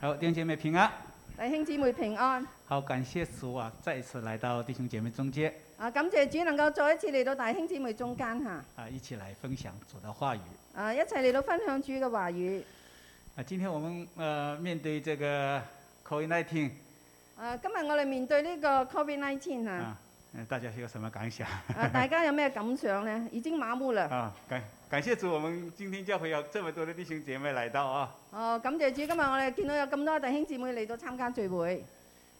好，弟兄姐妹平安。弟兄姊妹平安。好，感谢主啊，再一次来到弟兄姐妹中间啊，感謝主能夠再一次嚟到弟兄姊妹中間嚇。啊，一起来分享主的话语啊，一齊嚟到分享主嘅話語。啊。今天我们呃面对这个 COVID-19 啊，今日我哋面對呢個 Covid nineteen 啊，啊，嗯，大家有什么感想啊，大家有咩感想呢？已經麻木啦。啊？感感谢主，我们今天教会有这么多的弟兄姐妹来到啊。哦、感謝主，今日我哋見到有咁多弟兄姊妹嚟到參加聚會。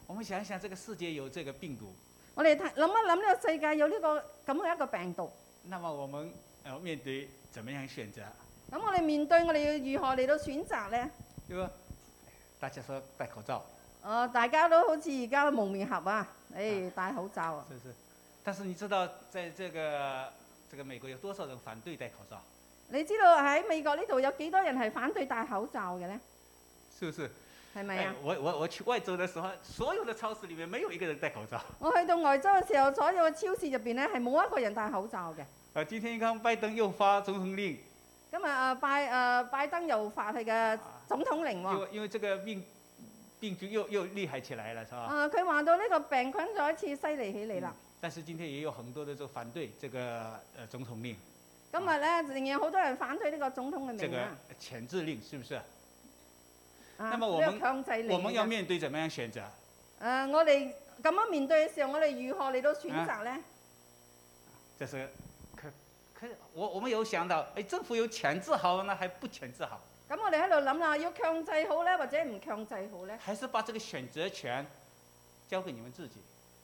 我们想一想，这个世界有这个病毒，我哋睇諗一諗呢個世界有呢、個咁嘅一個病毒，那么我们要面对怎么样选择，咁我哋面對我哋要如何嚟到選擇呢？对吧？大家说戴口罩，哦，大家都好似而家蒙面俠啊，誒、戴口罩啊。是不是？但是你知道，在这个这个美国有多少人反对戴口罩，你知道喺美國呢度有幾多人係反對戴口罩嘅呢？是不是？係咪哎啊？，我我我去外州的时候，所有的超市里面没有一个人戴口罩。我去到外州嘅時候，所有嘅超市入邊咧係冇一個人戴口罩嘅。呃，今天刚拜登又发总统令，今日啊拜啊拜登又發佢嘅總統令啊因喎。为因为这个病病菌又又厲害起来了，是吧？嗯啊，佢話到呢個病菌再一次犀利起嚟啦。但是今天也有很多的就反对这个呃总统令，今嗯日咧啊仍然好多人反對呢個總統嘅这命個啊。強制令是不是？啊那麼我呢個們強制我令們嚟要㗎。面對怎麼樣選擇？誒，啊我哋咁樣面對嘅時候，我哋如何嚟到選擇啊呢？这是可可我我们有想到，哎，政府有強制好呢，还不強制好？咁我哋喺度諗啦，要強制好呢，或者唔強制好呢？还是把这个選擇權交給你們自己？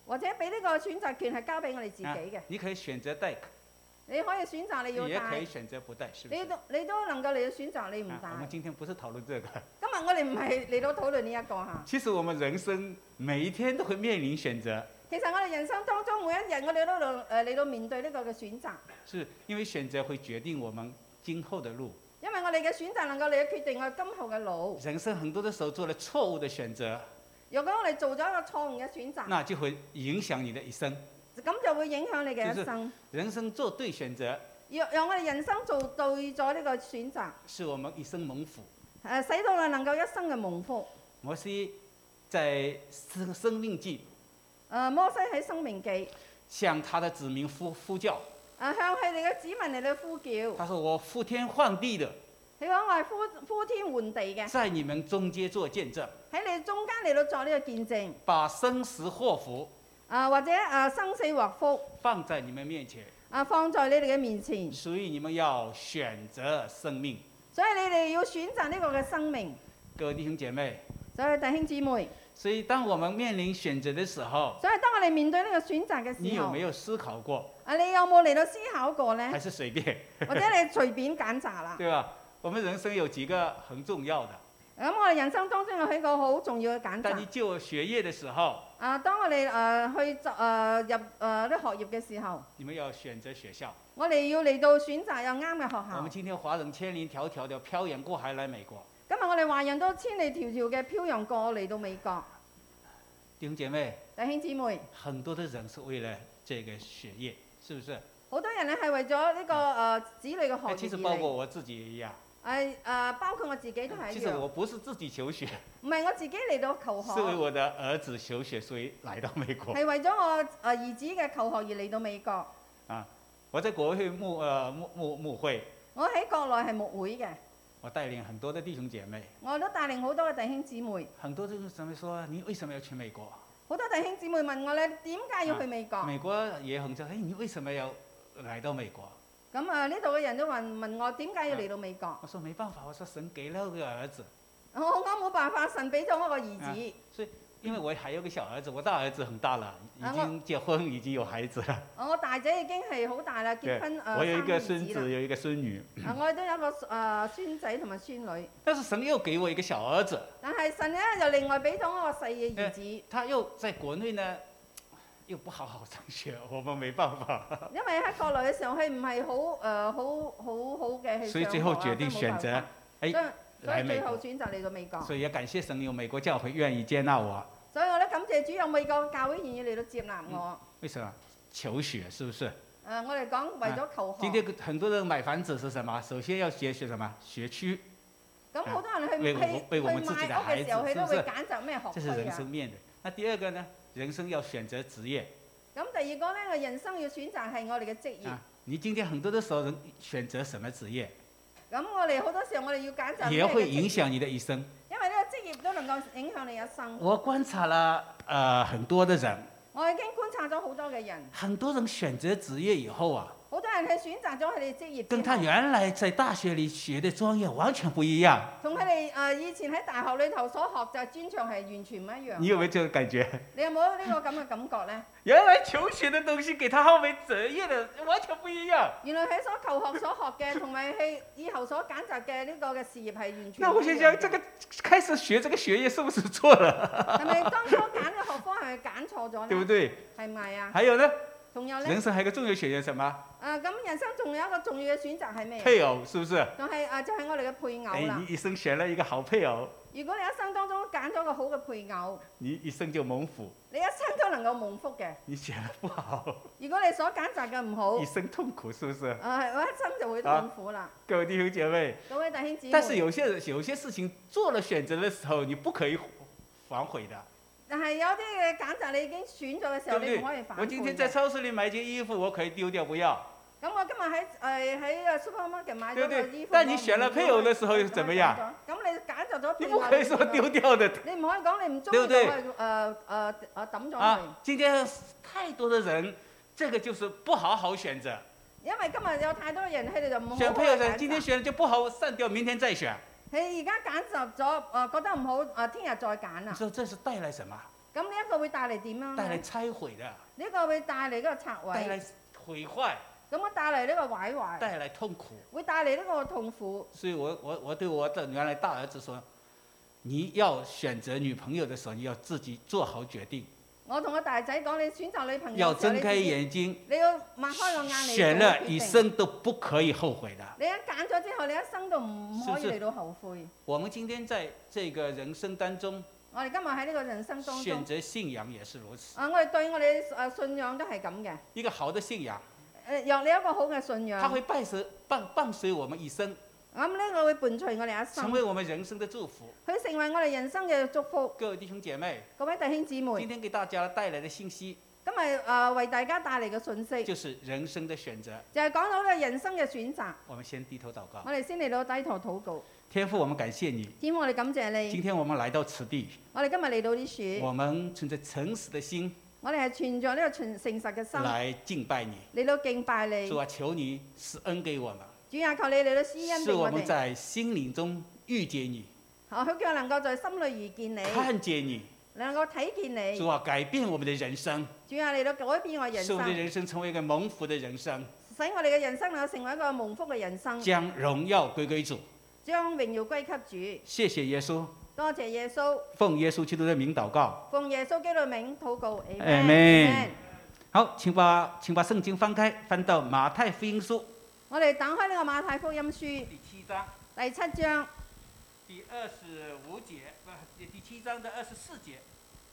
或者俾呢個選擇權係交俾我哋自己嘅。你可以選擇戴，你可以選擇你要也可戴以。選擇不戴，是不是你？都你都能夠嚟到選擇你唔啊，我戴们。今天不是讨论这个。 今日我哋唔係 嚟到討論呢一個嚇。其實我們人生每一天都會面臨選擇，其實我哋人生當中每一日，我哋都度誒嚟到面對呢個嘅選擇，是因為選擇會決定我們今後的路。因為我哋嘅選擇能夠嚟到決定我哋今後嘅路。人生很多的時候做了錯誤的選擇，如果我哋做咗一個錯誤嘅選擇，那就會影響你的一生。咁就會影響你嘅就是一生。人生做對選擇，若讓我哋人生做對咗呢個選擇，誒、呃是我們一生蒙福。使到我哋能夠一生嘅蒙福。誒、摩西在生生命記呃摩西喺生命記，誒、向他的子民呼呼叫，向佢哋嘅子民嚟到呼叫，他說：“我呼天喚地的，佢講我係呼呼天喚地嘅，在你們中間做見證，喺你中間嚟到作呢個見證。把生死禍福啊，或者啊生死禍福放在你們面前，啊放在你哋嘅面前，所以你們要選擇生命。”所以你哋要選擇呢個嘅生命。各位弟兄姐妹，所以弟兄姊妹，所以當我們面臨選擇的時候，所以當我哋面對呢個選擇嘅你時有候沒，有思考過？啊你有冇嚟到思考過呢？還是隨便，或者你隨便揀擇 啦？對吧？我們人生有幾個很重要的，咁我哋人生當中有一個好重要嘅揀但你擇。就學業的時候，啊，當我哋誒、呃去作誒、呃入誒啲、學業嘅時候，你們要選擇學校。我哋要嚟到選擇有啱嘅學我校們。今天華人千里迢迢的漂洋過海來美國，今日我哋華人都千里迢迢嘅漂洋過嚟到美國，弟兄姐妹，弟兄姊妹。很多的人是為了這個學業，是不是？好多人咧係為咗呢、個誒子女嘅哎學其業實而包嚟括，我自己也一樣。誒誒包括我自己都係嗯其一實樣，我不是自己求學，是唔係我自己嚟到求學，為我的兒子求學，所以來到美國。係為咗我誒兒子嘅求學而嚟到美國。我在國會牧呃牧牧牧會，我喺國內係牧會嘅，我帶領很多的弟兄姐妹。我都帶領好多嘅弟兄姊妹，很多这个姊妹说，你为什么要去美国？好多弟兄姊妹問我咧點解啊要去美國？美国也很说，哎，你为什么要来到美国？咁啊呢度嘅人都問問我點解要嚟到美國？我说没办法，我说神给了个儿子，我我冇辦法，神俾咗我個兒子。因为我还有个小儿子，我大儿子很大了，啊已经结婚，已经有孩子了。我大姐已經係好大啦，結婚誒、呃啊 我有一生个兒孙啦子，有一个孙女，啊我都有一個誒、呃、孫仔同埋孫女。但是神又给我一个小儿子，但係神咧又另外俾咗我個細嘅兒子，因他又在国内呢，又不好好上学，我们没办法，為喺國內嘅時候佢唔係好誒好好好嘅去啊所以最後決定選擇所哎以所來以美最啊後国。選擇嚟到美國，所以也感谢神有美国教会愿意接纳我。所以我咧感謝主有美國教會願意嚟到接納我。为什么？求學是不是？誒、我哋講為咗求嗯啊今學，天很多人買房子是什么？首先要学学什么？学区。咁咁好多人去啊為去我們為去我們自己的買屋孩嘅子時候，佢都會是不揀擇咩學这是區人啊生。面的。那第二个呢，人生要选择职业咁第二個咧，我人生要選擇係我哋嘅職業。啊。你今天很多的时候，人选择什么职业，咁我哋好多時候我哋要揀擇咩也嘅職会影業，响你的一生。因為呢個職業都能夠影響你一生。我观察了呃很多的人，我已經觀察咗好多嘅人，很多人选择职业以后啊，好多人係選擇咗佢哋職業啊跟之後他原来在大学里学的专业完全不一样。同佢哋誒以前喺大學裏頭所學就專長係完全唔一樣。你有没有这个感觉？你有冇呢個咁嘅感覺呢？原来求学的东西给他后面择业的完全不一样。原來佢所求學所學嘅，同埋佢以後所揀擇嘅呢個嘅事業係完全那唔我一想樣想，嘅。这个开始学这个学业是不是错了，係咪當初揀嘅學科係咪揀 錯咗对不呢？对？係 咪啊？还有呢，仲有呢？人生还有一个重要选择什么？啊，咁人生仲有一個重要嘅選擇係咩啊？配偶是不是？就係、啊，就係、我哋嘅配哎偶，啦。你一生选了一个好配偶，如果你一生當中揀咗個好嘅配偶，你一生就蒙福；你一生都能夠蒙福嘅。你选了不好，如果你所揀擇嘅唔好，一生痛苦，是不是？啊，我一生就會痛苦啦。各位弟兄姐妹，各位弟兄姊但是妹，有些人有些事情做了选择的时候，你不可以反悔的。但係有啲嘅揀擇你已經選咗嘅時候，對你不唔可以反我悔今天在嘅。超市里买件衣服，我可以丢掉不要，咁我今日喺誒喺啊 supermarket 買對咗不個對衣服，但你我唔選了要配偶我的時候就怎麼揀樣咗？咁你揀擇咗你配不偶，可以说點啊丢掉的。你唔可以講你唔中對不意就對可以誒誒誒抌咗佢。啊，今天太多的人，这个就是不好好选择，因為今日有太多人佢哋就唔好选配偶的人今天佢选了就不好散掉，明天再选。啊而家揀擇咗，誒覺得唔好，誒聽日再揀你啦。说这是带来什么？咁呢一個會帶嚟點樣带来咧？拆毁的，呢個會帶嚟嗰個拆带毀，来毁坏，咁我帶嚟呢個毀壞，带来痛苦。會帶嚟呢個痛苦。所以我我我对我的原来大儿子说，你要选择女朋友的时候，你要自己做好决定，我同我大仔講，你選擇女朋友要嘅時候睁你開自己眼睛，你要擘開個眼嚟选做了決一定生都不可以后悔的。你一揀咗之後，你一生都唔可是以是嚟到後悔。我们今天在这个人生当中，我哋今日喺呢個人生當选中，择信仰也是如此。啊，我哋對我哋誒信仰都係咁嘅。一个好的信仰。誒，若你有一個好嘅信它仰，会伴随伴伴随我们一生，咁呢個會伴隨我哋一成生。为我们人生的祝福。佢成為我哋人生嘅祝福。各位弟兄姐妹，各位弟兄姊今妹，天给大家带来的信息今日誒、呃、為大家帶嚟嘅信息，就是人生的选择。就係、講到咧人生嘅選擇。我们先低头祷告，我哋先嚟到低頭禱告，天父，我们感谢你。天父，我哋感謝你。今天我们来到此地，我哋今日嚟到呢處，我们存着诚实的心我哋係存在呢個存誠實嘅心来敬拜你。嚟到敬拜你主。啊，求你施恩给我们，主啊，求你嚟到施恩使俾我我们哋。在心灵中遇见你，啊！佢叫我能夠在心裏遇見你，看见你。能夠睇見你。主啊，改變我们的人生，主啊，嚟到改變我人使我生，们的人生成为一个蒙福的人生，使我哋嘅人生能夠成為一個蒙福嘅人生，将荣耀归给主。將榮耀歸給主。谢谢耶稣，多謝耶穌，奉耶稣基督的名祷告。奉耶穌基督嘅名禱告 Amen ，Amen。好，请把请把圣经翻开，翻到马太福音书我哋打開呢個馬太福音書第七章第七章第二十五节，不，第七章的二十四节，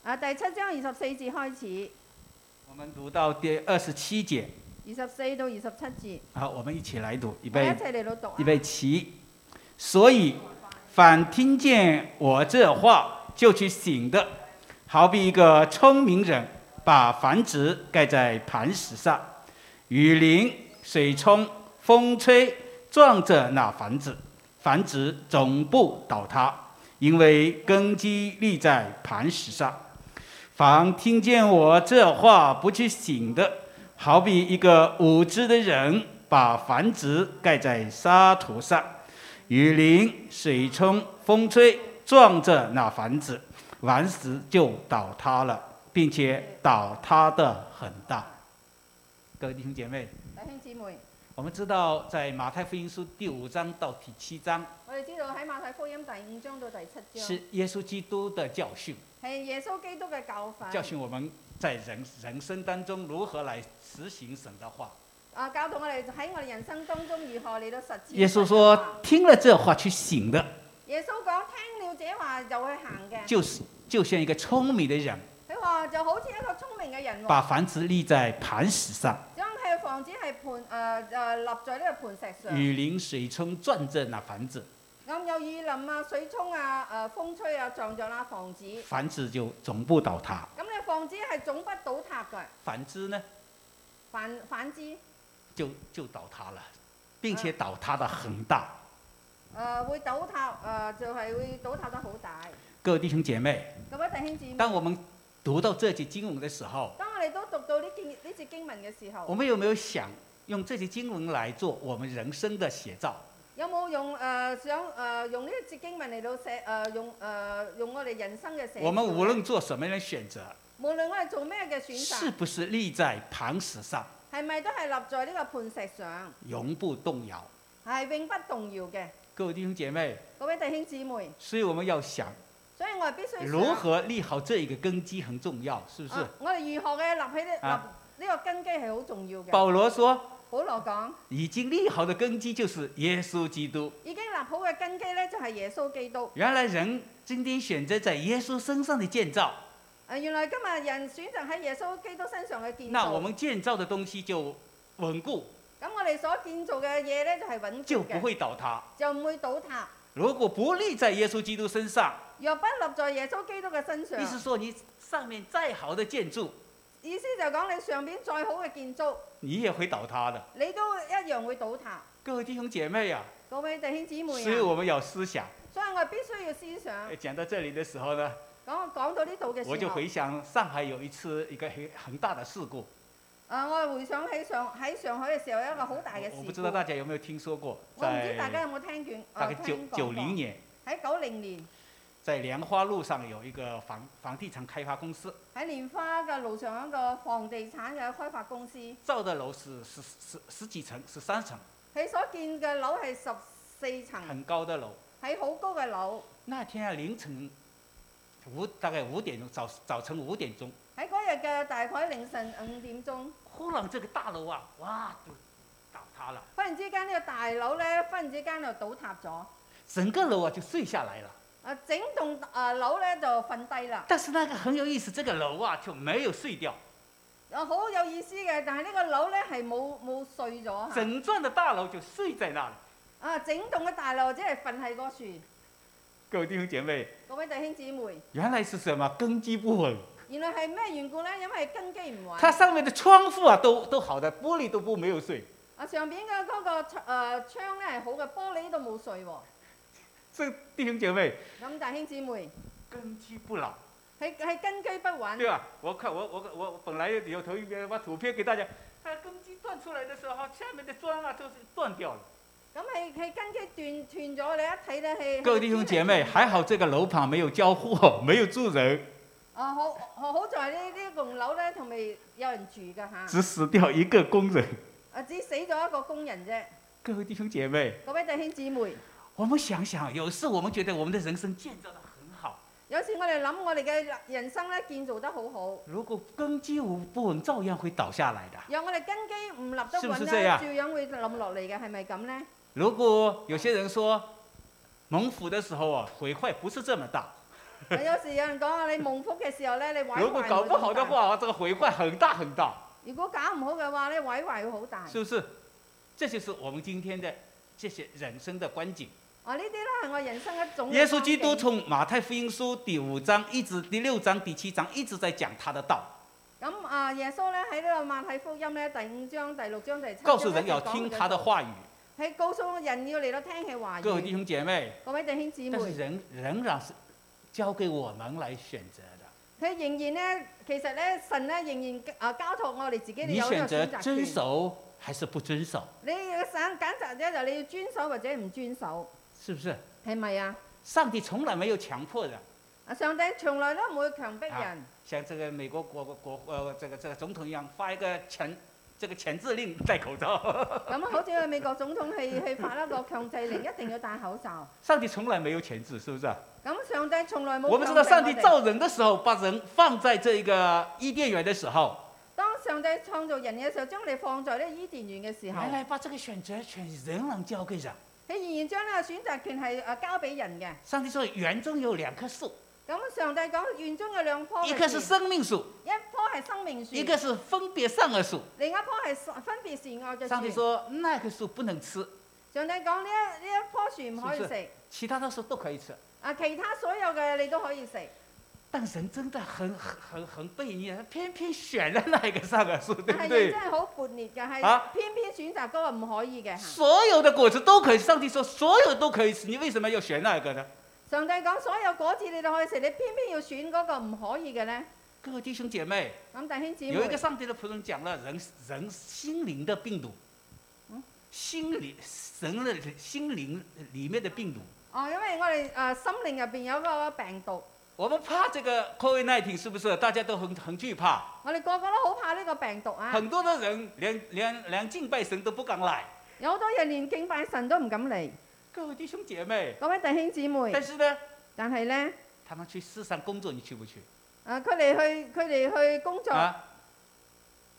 啊，第七章二十四節開始，我们读到第二十七节。二十四到二十七節，好，我们一起来读，预我哋备一齊嚟到讀预啊。备起。所以，凡听见我这话就去行的，好比一个聪明人把房子盖在磐石上，雨淋、水冲、风吹，撞着那房子，房子总不倒塌，因为根基立在磐石上。凡听见我这话不去行的，好比一个无知的人把房子盖在沙土上，雨淋、水冲、风吹，撞着那房子，顽石就倒塌了，并且倒塌的很大。各位弟兄姐妹，弟兄姊妹，我们知道在马太福音书第五章到第七章我哋知道喺馬太福音第五章到第七章是耶稣基督的教训，係耶穌基督嘅教訓。教训我们在人人生当中如何来实行神的话。啊，教導我哋喺我哋人生當中如何嚟到實踐。耶稣说：“听了这话去行的，耶穌講聽了這話就去行嘅。就是就像一个聪明的人，佢話就好似一個聰明嘅人把喎，房子立在磐石上，將佢嘅房子係盤誒誒立在呢個盤石上，雨淋水冲撞着那房子，暗有雨淋啊、水沖啊、誒、風吹啊、撞咗啦、房子。咁房子就总不倒塌。你房子係總不倒塌嘅，反之呢，反反之誒、就就倒塌了，并且倒塌的很大。會倒塌誒、就係、會倒塌得好大。各位弟兄姐妹，各位弟兄姊妹，当我们读到这节经文的时候，當我哋都讀到呢經呢節經文嘅時候我，们有没有想用这些经文来做我们人生的写照？有冇用誒、想誒、用呢一節經文嚟到寫誒、用誒、用我哋人生嘅寫？我们无论做什么样的选择，無論我哋做咩嘅選是擇，不是立在磐石上，係咪都係立在呢個磐石上，永不动摇？係永不動搖嘅？各位弟兄姐妹，各位弟兄姊妹，所以我们要想所以我哋必須如想何立好这一个根基很重要，是不是啊？我哋如何嘅立起呢啊立呢個根基係好重要嘅。保罗说，保羅講，已经立好的根基就是耶稣基督。已經立好嘅根基呢，就係耶穌基督。原来人今天选择在耶稣身上的建造，啊，原來今日人選擇喺耶穌基督身上嘅建那造，我們建造的东西就稳固，咁我哋所建造嘅嘢呢，就係穩就固不嘅，会倒塌。就唔會倒塌。如果不立在耶稣基督身上，若不立在耶穌基督嘅身上意，思说你上面再好的建筑，意思就講你上邊再好嘅建築，你也会倒塌的。你都一樣會倒塌。各位弟兄姐妹啊，各位弟兄姊妹所以啊，我们要思想。所以我哋必須要思想。哎讲到这里的时候呢，講講到呢度嘅我時就啊候，回想上海有一次一个很很大的事故，啊，我回想起上喺上海嘅時候有一個好大嘅事我不知道故大。家有没有听说过，我唔知大家在有冇聽見？大啊概九聽講九過零年，喺九零年在莲花路上有一个房房地产开发公司，喺蓮花嘅路上有一個房地產嘅開發公司，造的楼是十十十幾層，十三層，佢所建嘅樓係十四層，很高的樓。喺好高嘅樓。那天啊凌晨五大概五点钟，早早晨五点钟，喺嗰日嘅大概凌晨五點鐘，忽然这个大楼啊，哇，就倒塌了，忽然之間呢個大樓咧，忽然之間就倒塌咗，整个樓啊就碎下來了。啊整棟啊樓咧就瞓低啦。但是那个很有意思，這個樓啊就沒有碎掉，啊好有意思嘅，但係呢個樓咧係冇冇碎咗嚇整幢的大樓就睡在那里。啊整棟嘅大樓只係瞓喺嗰樹。各位弟兄姐妹，各位弟兄姊妹，原來是什麼根基不穩，原來係咩緣故咧？因為根基唔穩。它上面的窗户啊都都好的，玻璃都不沒有碎，啊，上邊嘅嗰個窗誒窗咧係好嘅，玻璃都冇碎喎。這弟兄姐妹咁大兄姊妹，根基不牢。係係根基不穩。对吧？我看我我我我本来有头一个把图片给大家，它根基断出来的时候，下面的砖啊都是断掉了。咁係係根基斷斷咗，你一睇咧係。各位弟兄姐妹，係还好这个楼盘没有交货，没有住人，啊好好好在呢呢棟樓咧同埋有人住㗎嚇，只死掉一个工人。啊只死咗一個工人啫。各位弟兄姐妹，各位弟兄姊妹，我们想想，有时我们觉得我们的人生建造的很好，有時我哋諗我哋嘅人生咧建造得好好，如果根基不稳，照样会倒下来的。若我哋根基唔立得是不是穩這咧，樣照樣會冧落嚟嘅，係咪咁咧？如果有些人说，蒙福的时候啊，毁壞不是這么大，啊有時有人講啊，你夢福嘅時候咧，你毀壞如果搞不好的會好大话，这个毁壞很大很大。如果搞唔好嘅話咧，毀壞會好大。是不是？这就是我们今天的这些人生的观景。啊，呢啲咧係我人生一種嘅耶稣基督光景从马太福音书第五章一直第六章、第七章一直在讲他的道，咁啊，耶穌咧喺呢個馬太福音咧第五章、第六章、第七章告诉人要听他的，話語。係告訴人要嚟到聽佢話各位弟語。兄姐妹，各位弟兄姊妹但，是人仍然是交给我们来選擇的。佢仍然咧，其實咧，神咧仍然啊交託我哋自己你有呢選個選擇擇遵權。守還是不遵守，你嘅省揀擇咧就你要遵守或者唔遵守，是不是？係咪啊？上帝從來沒有強迫人。啊，上帝從來都唔會強迫人。像這個美國國國呃這個這個總統一樣，發一個強這個強制令戴口罩， 咁好似佢美國總統係去 發一個強制令，一定要戴口罩。上帝從來沒有強制，是不是啊？咁上帝從來冇。我们知道上帝。造人的时候，把人放在这个伊甸园的时候，當上帝創造人嘅時候，將你放在呢伊甸園嘅時候，原来把这个选择权仍然交给人。你仍然將呢個選擇權係誒交俾人嘅。上帝说，园中有两棵树，咁上帝講園中嘅兩棵嘅一棵是樹生命树，一棵係生命樹，一哦個是分别善恶树。另一棵係分別善惡嘅樹。上帝說那棵树不能吃，上帝講呢一呢一棵樹唔可以是不食，其他的时候都可以吃。啊其他所有嘅你都可以食，但神真的很很很很悖逆啊，他偏偏选了那一个善恶树，对但不係人对真？係好叛逆嘅，啊係偏偏選擇嗰個唔可以嘅。所有的果子都可以，上帝说所有都可以吃，你为什么要选那个呢？上帝講所有果子你都可以食，你偏偏要選嗰個唔可以嘅呢？各位弟兄姐妹，咁弟兄姊有一个妹，上帝的仆人讲了人人心灵的病毒嗯，心灵神的心灵里面的病毒，哦，因為我哋誒、呃心靈入邊有個病毒，我们怕这个 COVID-19 是不是？大家都很很惧怕，我哋個個都好怕呢個病毒啊！很多的人连连连敬拜神都不敢来。有好多人連敬拜神都唔敢嚟。各位弟兄姐妹，各位弟兄姊妹但，是呢，但係呢，他们去世上工作，你去不去？誒佢哋去佢哋去工作喺、啊？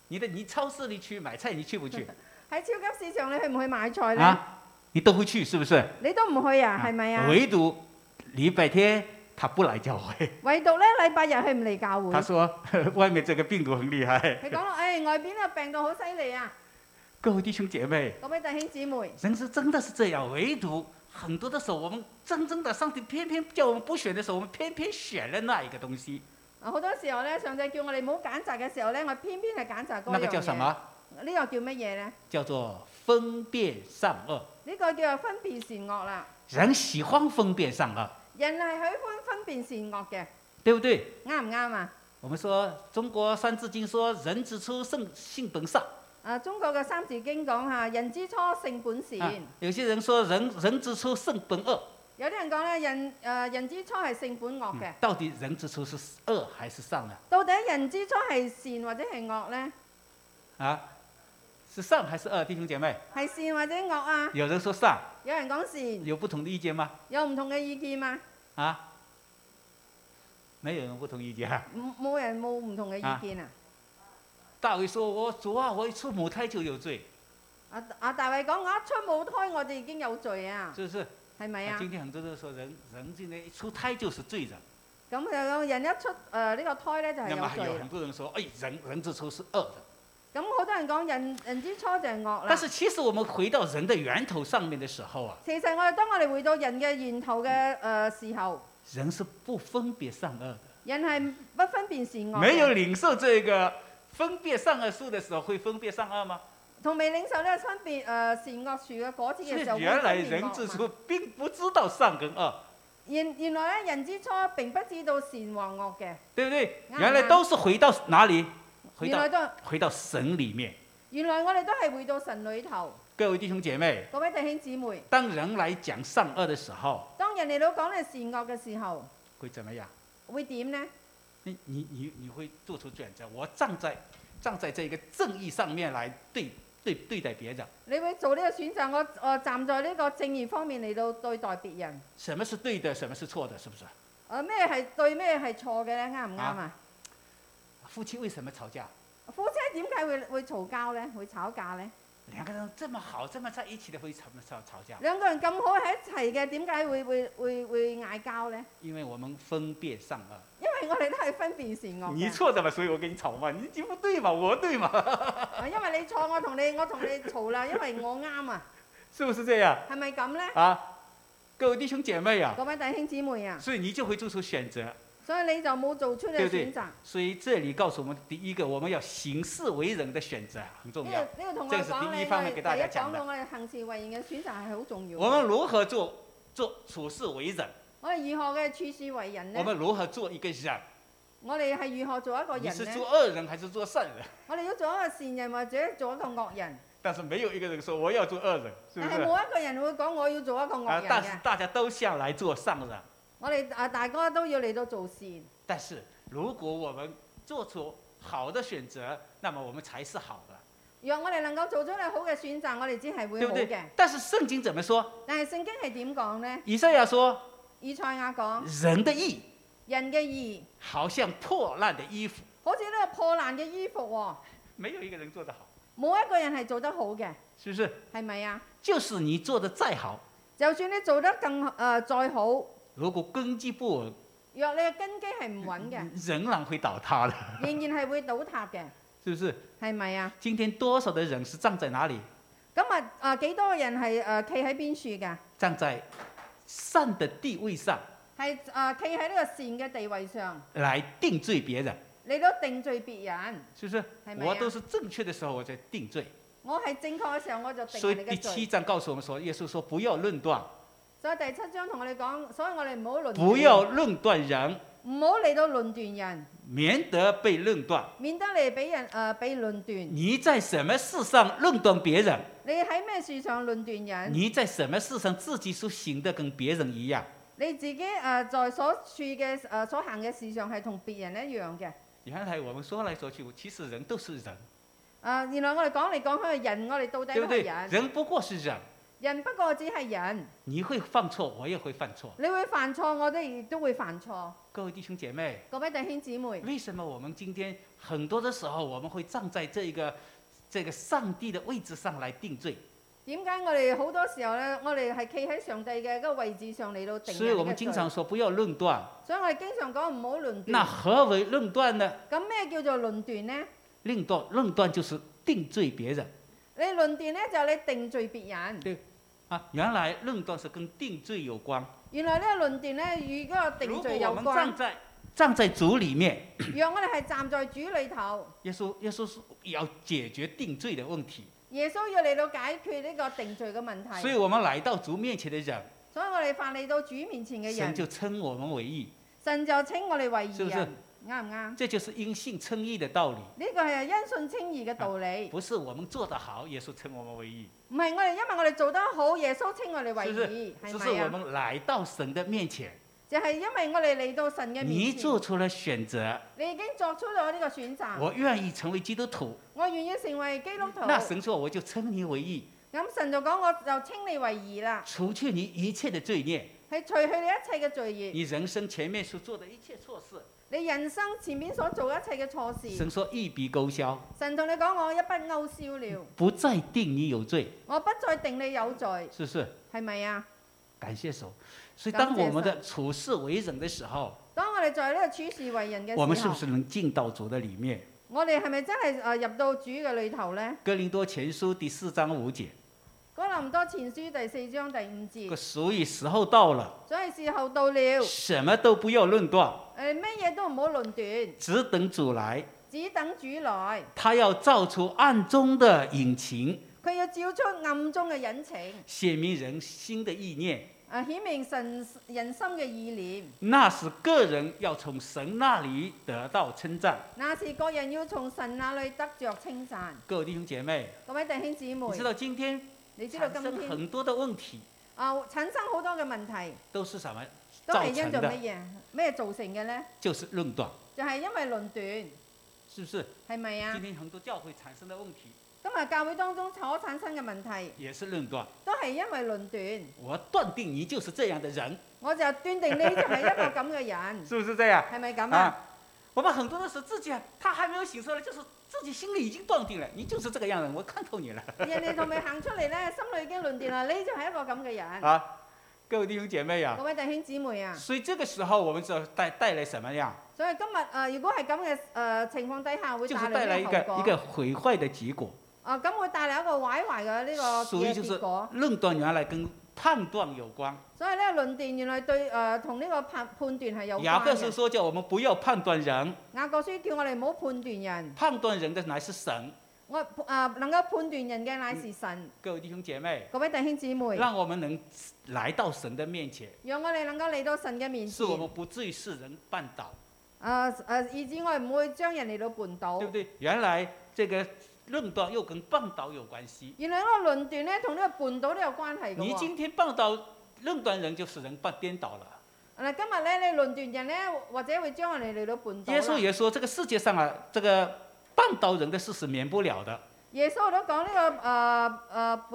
你的你超市里去买菜，你去不去？超級市場，你去唔去買菜呢？啊，你都会去是不是？你都唔去啊？係咪啊？唯独礼拜天他不来教 会，唯獨呢禮拜日佢唔嚟教會他。说 呵呵外面这个病毒很厉害。佢講啦，誒、外邊嘅病毒好犀利啊！各位弟兄姐妹，各位弟兄姊妹，人是真的是这样，唯独很多的时候，我们真正的上帝偏偏叫我们不选的时候，我们偏偏选了那一个东西，啊好多時候呢，上帝叫我哋唔好揀擇嘅時候呢，我偏偏係揀擇嗰那个樣叫什嘢。么？呢個叫乜嘢呢？叫做分辨善恶。呢、個叫做分辨善惡啦。人喜欢分辨善恶，人係喜歡分辨善惡嘅，对不对？啱唔啱啊？我们说中国《三字经》说“人之初，性性本善啊，中國嘅三字經講下，人之初性本”，善。啊，有些人说人“人之初，性本恶有啲人講咧，人誒、呃人之初係性本”惡嘅嗯。到底人之初是恶还是善呢？到底人之初係善或者係惡呢？啊，是善还是恶？弟兄姐妹，係善或者惡啊？有人说善，有人講善，有不同的意见吗？有唔同嘅意見嘛？啊，没有人不同意见、啊。 冇冇人冇唔同嘅意見啊？大卫说：“我主啊，我一出母胎就有罪，啊啊！大衛講：我一出母胎我就已經有罪啊，是不是？係咪啊啊？今天很多人说人人今天一出胎就是罪人，咁就講人一出誒呃呢、個胎咧就係那么有还有罪啦很。多人说，哎，人人之初是恶的。咁好多人講人人之初就係惡但啦。是其实我们回到人的源头上面的时候啊，其實我哋當我哋回到人嘅源頭嘅誒、呃時候，人是不分別善恶的，人係不分辨善惡嘅。没有领受这个分辨善恶树的时候，会分辨善恶嗎？同未領受呢個分別誒、呃善惡樹嘅果子所嘅以時候，原来會分辨人惡之嘛初并不知道善跟恶，原原來咧人之初並不知道善和惡嘅，对不对？啱原来都是回到哪里？回原到來都回到神里面。原來我哋都係回到神裏頭。各位弟兄姐妹，各位弟兄姊妹，当人來講善惡的時候，當人哋老講你善惡嘅時候，會怎麼樣？會點呢？你你你你會做出選擇。我站在站在这个正義上面來對对对待別人，你會做呢個選擇，我我站在呢個正義方面嚟到對待別人。什麼是對的，什麼是錯的，是不是？誒呃咩係對咩係錯嘅咧？啱唔啱啊？夫妻為什麼吵架？夫妻點解會會嘈交咧？會吵架咧？两个人这么好，这么在一起的会吵吵吵架，兩個人咁好喺一齊嘅，點解會會會會嗌交咧？因為我們分辨善惡。因為我哋都係分辨善惡你嘅。錯的嘛，所以我跟你吵嘛。你你不对嘛，我对嘛， 啊因為你錯，我同你我同你嘈啦，因為我啱啊，是不是这样係咪咁咧？啊？各位弟兄姐妹啊，各位弟兄姊妹啊，所以你就會做出選擇。所以你就冇做出你對嘅對選擇。所以這裡告訴我們，第一個我們要行事為人的選擇很重要呢。個呢個同我這哋是講第一咧，方我面給哋第一大家講講的到我哋行事為人嘅選擇係好重要嘅。我們如何做做處事為人，我哋如何嘅處事為人我呢？們如何做一個人？我哋係如何做一個你人是呢？做惡人還是做善人？我哋要做一個善人或者做一個惡人，但是沒有一個人說我要做惡人，是但不係是？冇一個人會講我要做一個啊惡，人但是嘅。大家都想來做善人。我哋啊大家都要嚟到做善。但是如果我们做出好的选择，那么我们才是好的，若我哋能夠做出你好嘅選擇，我哋只係會对不好对嘅。？但是圣经怎么说？但係聖經係點講呢？以赛亚说以賽亞講：：“人的义人嘅義好像破烂的衣服，好似呢個破爛嘅衣服喎、没有一个人做得好，冇一個人係做得好嘅，是不是？係咪啊？就是你做的再好，就算你做得更誒、呃再好，若如果根基不稳，你嘅根基係唔穩 嘅，仍然会倒塌的，仍然係會倒塌嘅，是不是？係咪啊？今天多少的人是站在哪里？咁啊啊幾多人係誒企喺邊處㗎？站在善的地位上係呃誒企喺呢個善嘅地位上来定罪别人，嚟到定罪別人，是不是？係咪我都啊？是正确的时候我在定罪，我係正確嘅時候我就定所以你第嘅罪七。章告诉我们说，耶稣说不要论断，所以第七章同我哋講，所以我哋唔好論斷不要论断人，唔好嚟到論斷人，免得被论断。免得你俾人呃誒俾、論斷。你在什么事上论断别人，你喺咩事上論斷人？你在什么事上自己所行的跟别人一样，你自己誒、呃在所處嘅誒、呃所行嘅事上係同別人一樣嘅。誒、原来我们说来说去，其实人都是人，呃原來我哋講嚟講去，人我哋到底对都不对係？人，人不过是人，人不過只係人。你会犯错，我也会犯错。你會犯錯，我哋亦都會犯錯。各位弟兄姐妹，各位弟兄姊妹，为什么我们今天很多的时候我们会站在这一个这个上帝的位置上来定罪？點解我哋好多時候呢？我哋係企喺上帝嘅嗰個位置上嚟到定所以我人们嘅经罪？常说不要论断。所以我哋經常講唔好論那斷。何为论断呢？咁咩叫做論斷呢？论断论断就是定罪别人你論斷呢，就係、你定罪別人。啊。原来论断是跟定罪有关。原來呢個論斷呢，與嗰個如定果罪我有们關站。在站在主里面，讓我哋係站在主裏頭，耶稣耶稣是要解决定罪的问题，耶穌要嚟到解決呢個定罪嘅問題。所以我们来到主面前的人，所以我哋凡嚟到主面前嘅神人，就称我们为义，神就稱我哋為是不義是人，啱唔啱？这就是因信称义的道理。呢個係因信稱義嘅道理，不是我们做得好，耶稣称我们为义，唔係我哋因為我哋做得好，耶穌稱我哋為是不是義，只係是咪我啊？们来到神的面前，就係因為我哋嚟到神嘅你哎面前啊做，出了选择，你已經作出咗呢個選擇，我愿意成为基督徒，我願意成為基督徒。那神说我就称你为义，咁神就講我就稱你為義啦，除去你一切的罪孽，係除去你一切嘅罪孽，你人生前面所做的一切错事，你人生前面所做一切嘅錯事。神说一笔勾销，神同你講：我一筆勾銷了，不再定你有罪，我不再定你有罪，是不是？係咪啊？感谢主。所以感当谢我们的处事为人的时候，當我哋在呢個處事為人嘅時候，我们是不是能进到主的里面？我哋係咪真係诶入到主嘅裏頭呢？哥林多前书第四章五节，哥林多前書第四章第五这个節，所以时候到了，所以時候到了，诶什么都不要论断，乜嘢都唔好論斷，只等主来，只等主來。他要造出暗中的隐情，佢要照出暗中嘅隱情，显明人心的意念。啊顯明神人心嘅意念。那是个人要从神那里得到称赞。那是各人要從神那裏得着稱讚。各位弟兄姐妹，各位弟兄姊妹你，知道今天你知道产今生天很多的问题啊產生好多嘅問題。都是什么？都造係因成做乜的嘢？咩造成嘅呢？就是论断，就係、因為論斷，是不是？係咪今啊？天很多教會产生的问题今日教會當中所產生嘅問題，也是论断。都係因為論斷。我斷定你就是这样的人，我就斷定你就係一個咁嘅人，嗯是不是这样？係咪咁啊？啊，我们很多的时候自己啊他还没有醒出来，就是自己心里已经断定了，你就是这个样的，我看透你了人哋同你行出嚟呢，心裏已經論斷啦，你就係一個咁嘅人。啊！各位弟兄姐妹啊各，位弟兄姊妹啊，所以这个时候我们就带带来什么呀？所以今日誒、呃如果係咁嘅誒情況底下，會就帶是带嚟来一咩个後一果？个毁坏的结果。啊，咁會帶嚟一個毀壞嘅呢個所以嘅就是結果。论斷原来跟判断有关。所以呢，論斷原來對誒同呢個判判斷係有雅關各书嘅。说叫我们不要判断人，雅各書叫我哋唔好判斷人。判断人的乃是神。我啊、能夠判斷人嘅乃是神，各位弟兄姐妹，各位弟兄姊妹，让我们能来到神的面前，讓我哋能夠嚟到神嘅面是前，我们誒不至于是人绊倒，誒、以致我哋唔會將人嚟到絆倒对不。对？原来这个论断又跟绊倒有关系。原來呢個論斷咧，同呢個絆倒都有關係嘅你喎。今天绊倒论断人，就使人绊颠倒了。嗱，今日咧，你論斷人咧，或者會將人哋嚟到絆倒耶稣啦。也说，这个世界上啊，这个绊倒人的事是免不了的，耶穌都講呢個誒誒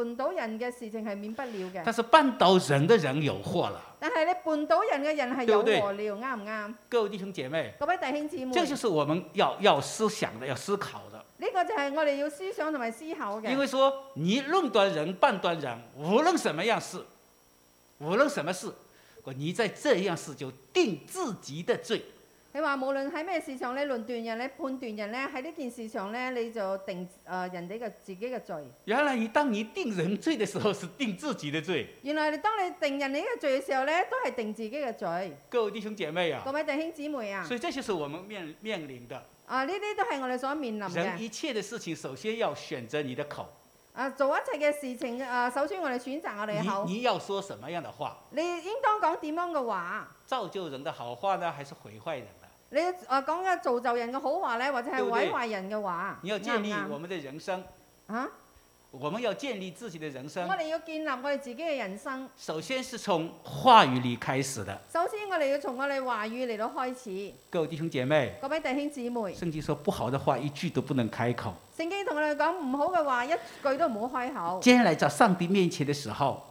絆倒人嘅事情係免不了嘅，但是绊倒人的人有禍了。但係你絆倒人嘅人係有對禍了，啱唔啱？各位弟兄姐妹，各位弟兄姊妹，这就是我们要要思想的，要思考的。呢個就係我哋要思想同埋思考因嘅。为说你论断人、半断人，无论什么样事，无论什么事，你在这样事就定自己的罪，你話無論喺咩事上咧，論斷人咧，判斷人咧，喺呢件事上咧，你就定誒、呃人哋嘅自己嘅罪。原来你当你定人罪的时候是定自己的罪。原來你當你定人哋嘅罪嘅時候咧，都係定自己嘅罪。各位弟兄姐妹啊各，位弟兄姊妹啊，所以这就是我们面面临的。啊呢啲都係我哋所面臨人嘅。一切的事情，首先要选择你的口，啊，做一切嘅事情啊，首先我哋選擇我哋嘅口你。你要說什麼樣的話，你應當講點樣嘅話？造就人的好話呢，還是毀壞人呢？你啊講嘅造就人嘅好話咧，或者係對唔對毀壞人嘅話，你要建立啱唔我们的人生，啱啊！我们要建立自己的人生我，哋要建立我哋自己嘅人生。首先是从话语里开始的。首先，我哋要從我哋話語嚟到開始。各位弟兄姐妹，各位弟兄姊妹，圣经说不好的話一句都不能開口。聖經同我哋講唔好嘅話，一句都唔好開口，接下來在上帝面前的時候，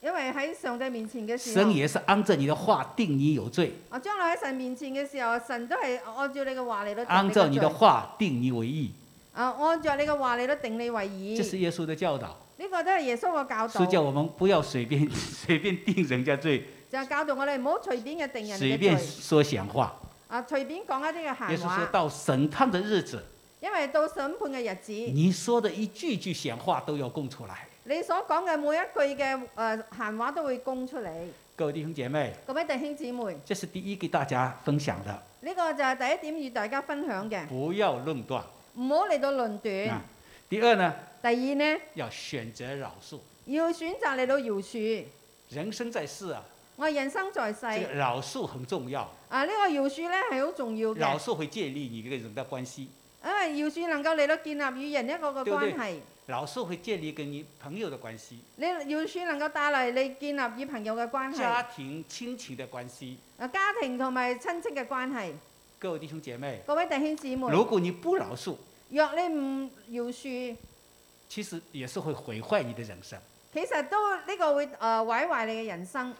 因為喺上帝面前嘅時神候，也是按着你的話定你有罪，我將來喺神面前嘅時候，神都係按照你嘅話嚟到按照定你你的嘅罪。話定你為義，啊，按照你嘅話嚟到定你為这義。是耶穌的教導，呢個都係耶穌嘅教所以叫導，我們不要隨便 隨便定人家罪，就係教導我哋唔好隨便嘅定人隨嘅便罪。說閒話。啊，隨便講一啲嘅耶閒穌說話，到審判的日子，因為到審判嘅日子，你說的一句句閒話都要供出來。你所講嘅每一句嘅誒、呃、閒話都會供出嚟。各位弟兄姐妹，各位弟兄姊妹，呢、这是第一给大家分享的，個就係第一點與大家分享嘅，不要论断。唔好嚟到論斷啊。第二呢，第二呢，要选择饶恕。要選擇嚟到饒恕。人生在世啊，我人生在世，这个饶恕很重要，啊呢、個饒恕呢係好重要饶嘅，恕会建立你跟人的關係，因為饒恕能夠嚟到建立與人一個嘅對唔對關係，饶恕会建立跟你朋友的關係、你饒恕能夠帶嚟你建立與朋友嘅關係，家庭親情的關係。啊家庭同埋親戚嘅關係。各位弟兄姐妹，各位弟兄姊妹，如果你不饶恕，若你唔饒恕，其實也是会毁壞你的人生。其實都呢、個會誒、呃、毀壞你嘅人生。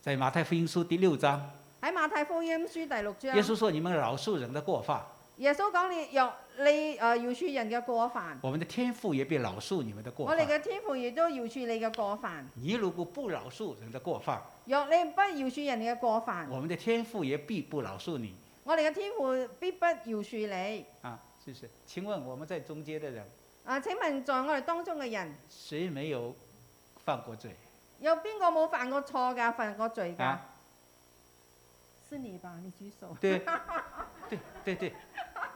在马太福音書第六章，喺馬太福音書第六章，耶穌說：“你们饶恕人的過犯，耶穌講你若你誒饒恕人嘅過犯，我们的天父也必饶恕你们的过我哋犯。嘅天父亦都饒恕你嘅過犯。你如果不饶恕人的过犯，若你不饒恕人嘅過犯，我们的天父也必不饶恕你我哋嘅天父必不饒恕你。啊！是不是？请问我们在中间的人，啊，請問在我哋當中嘅人，谁没有犯过罪有邊個冇犯過錯㗎？犯過罪㗎？啊？是你吧？你舉手。 对，对对对，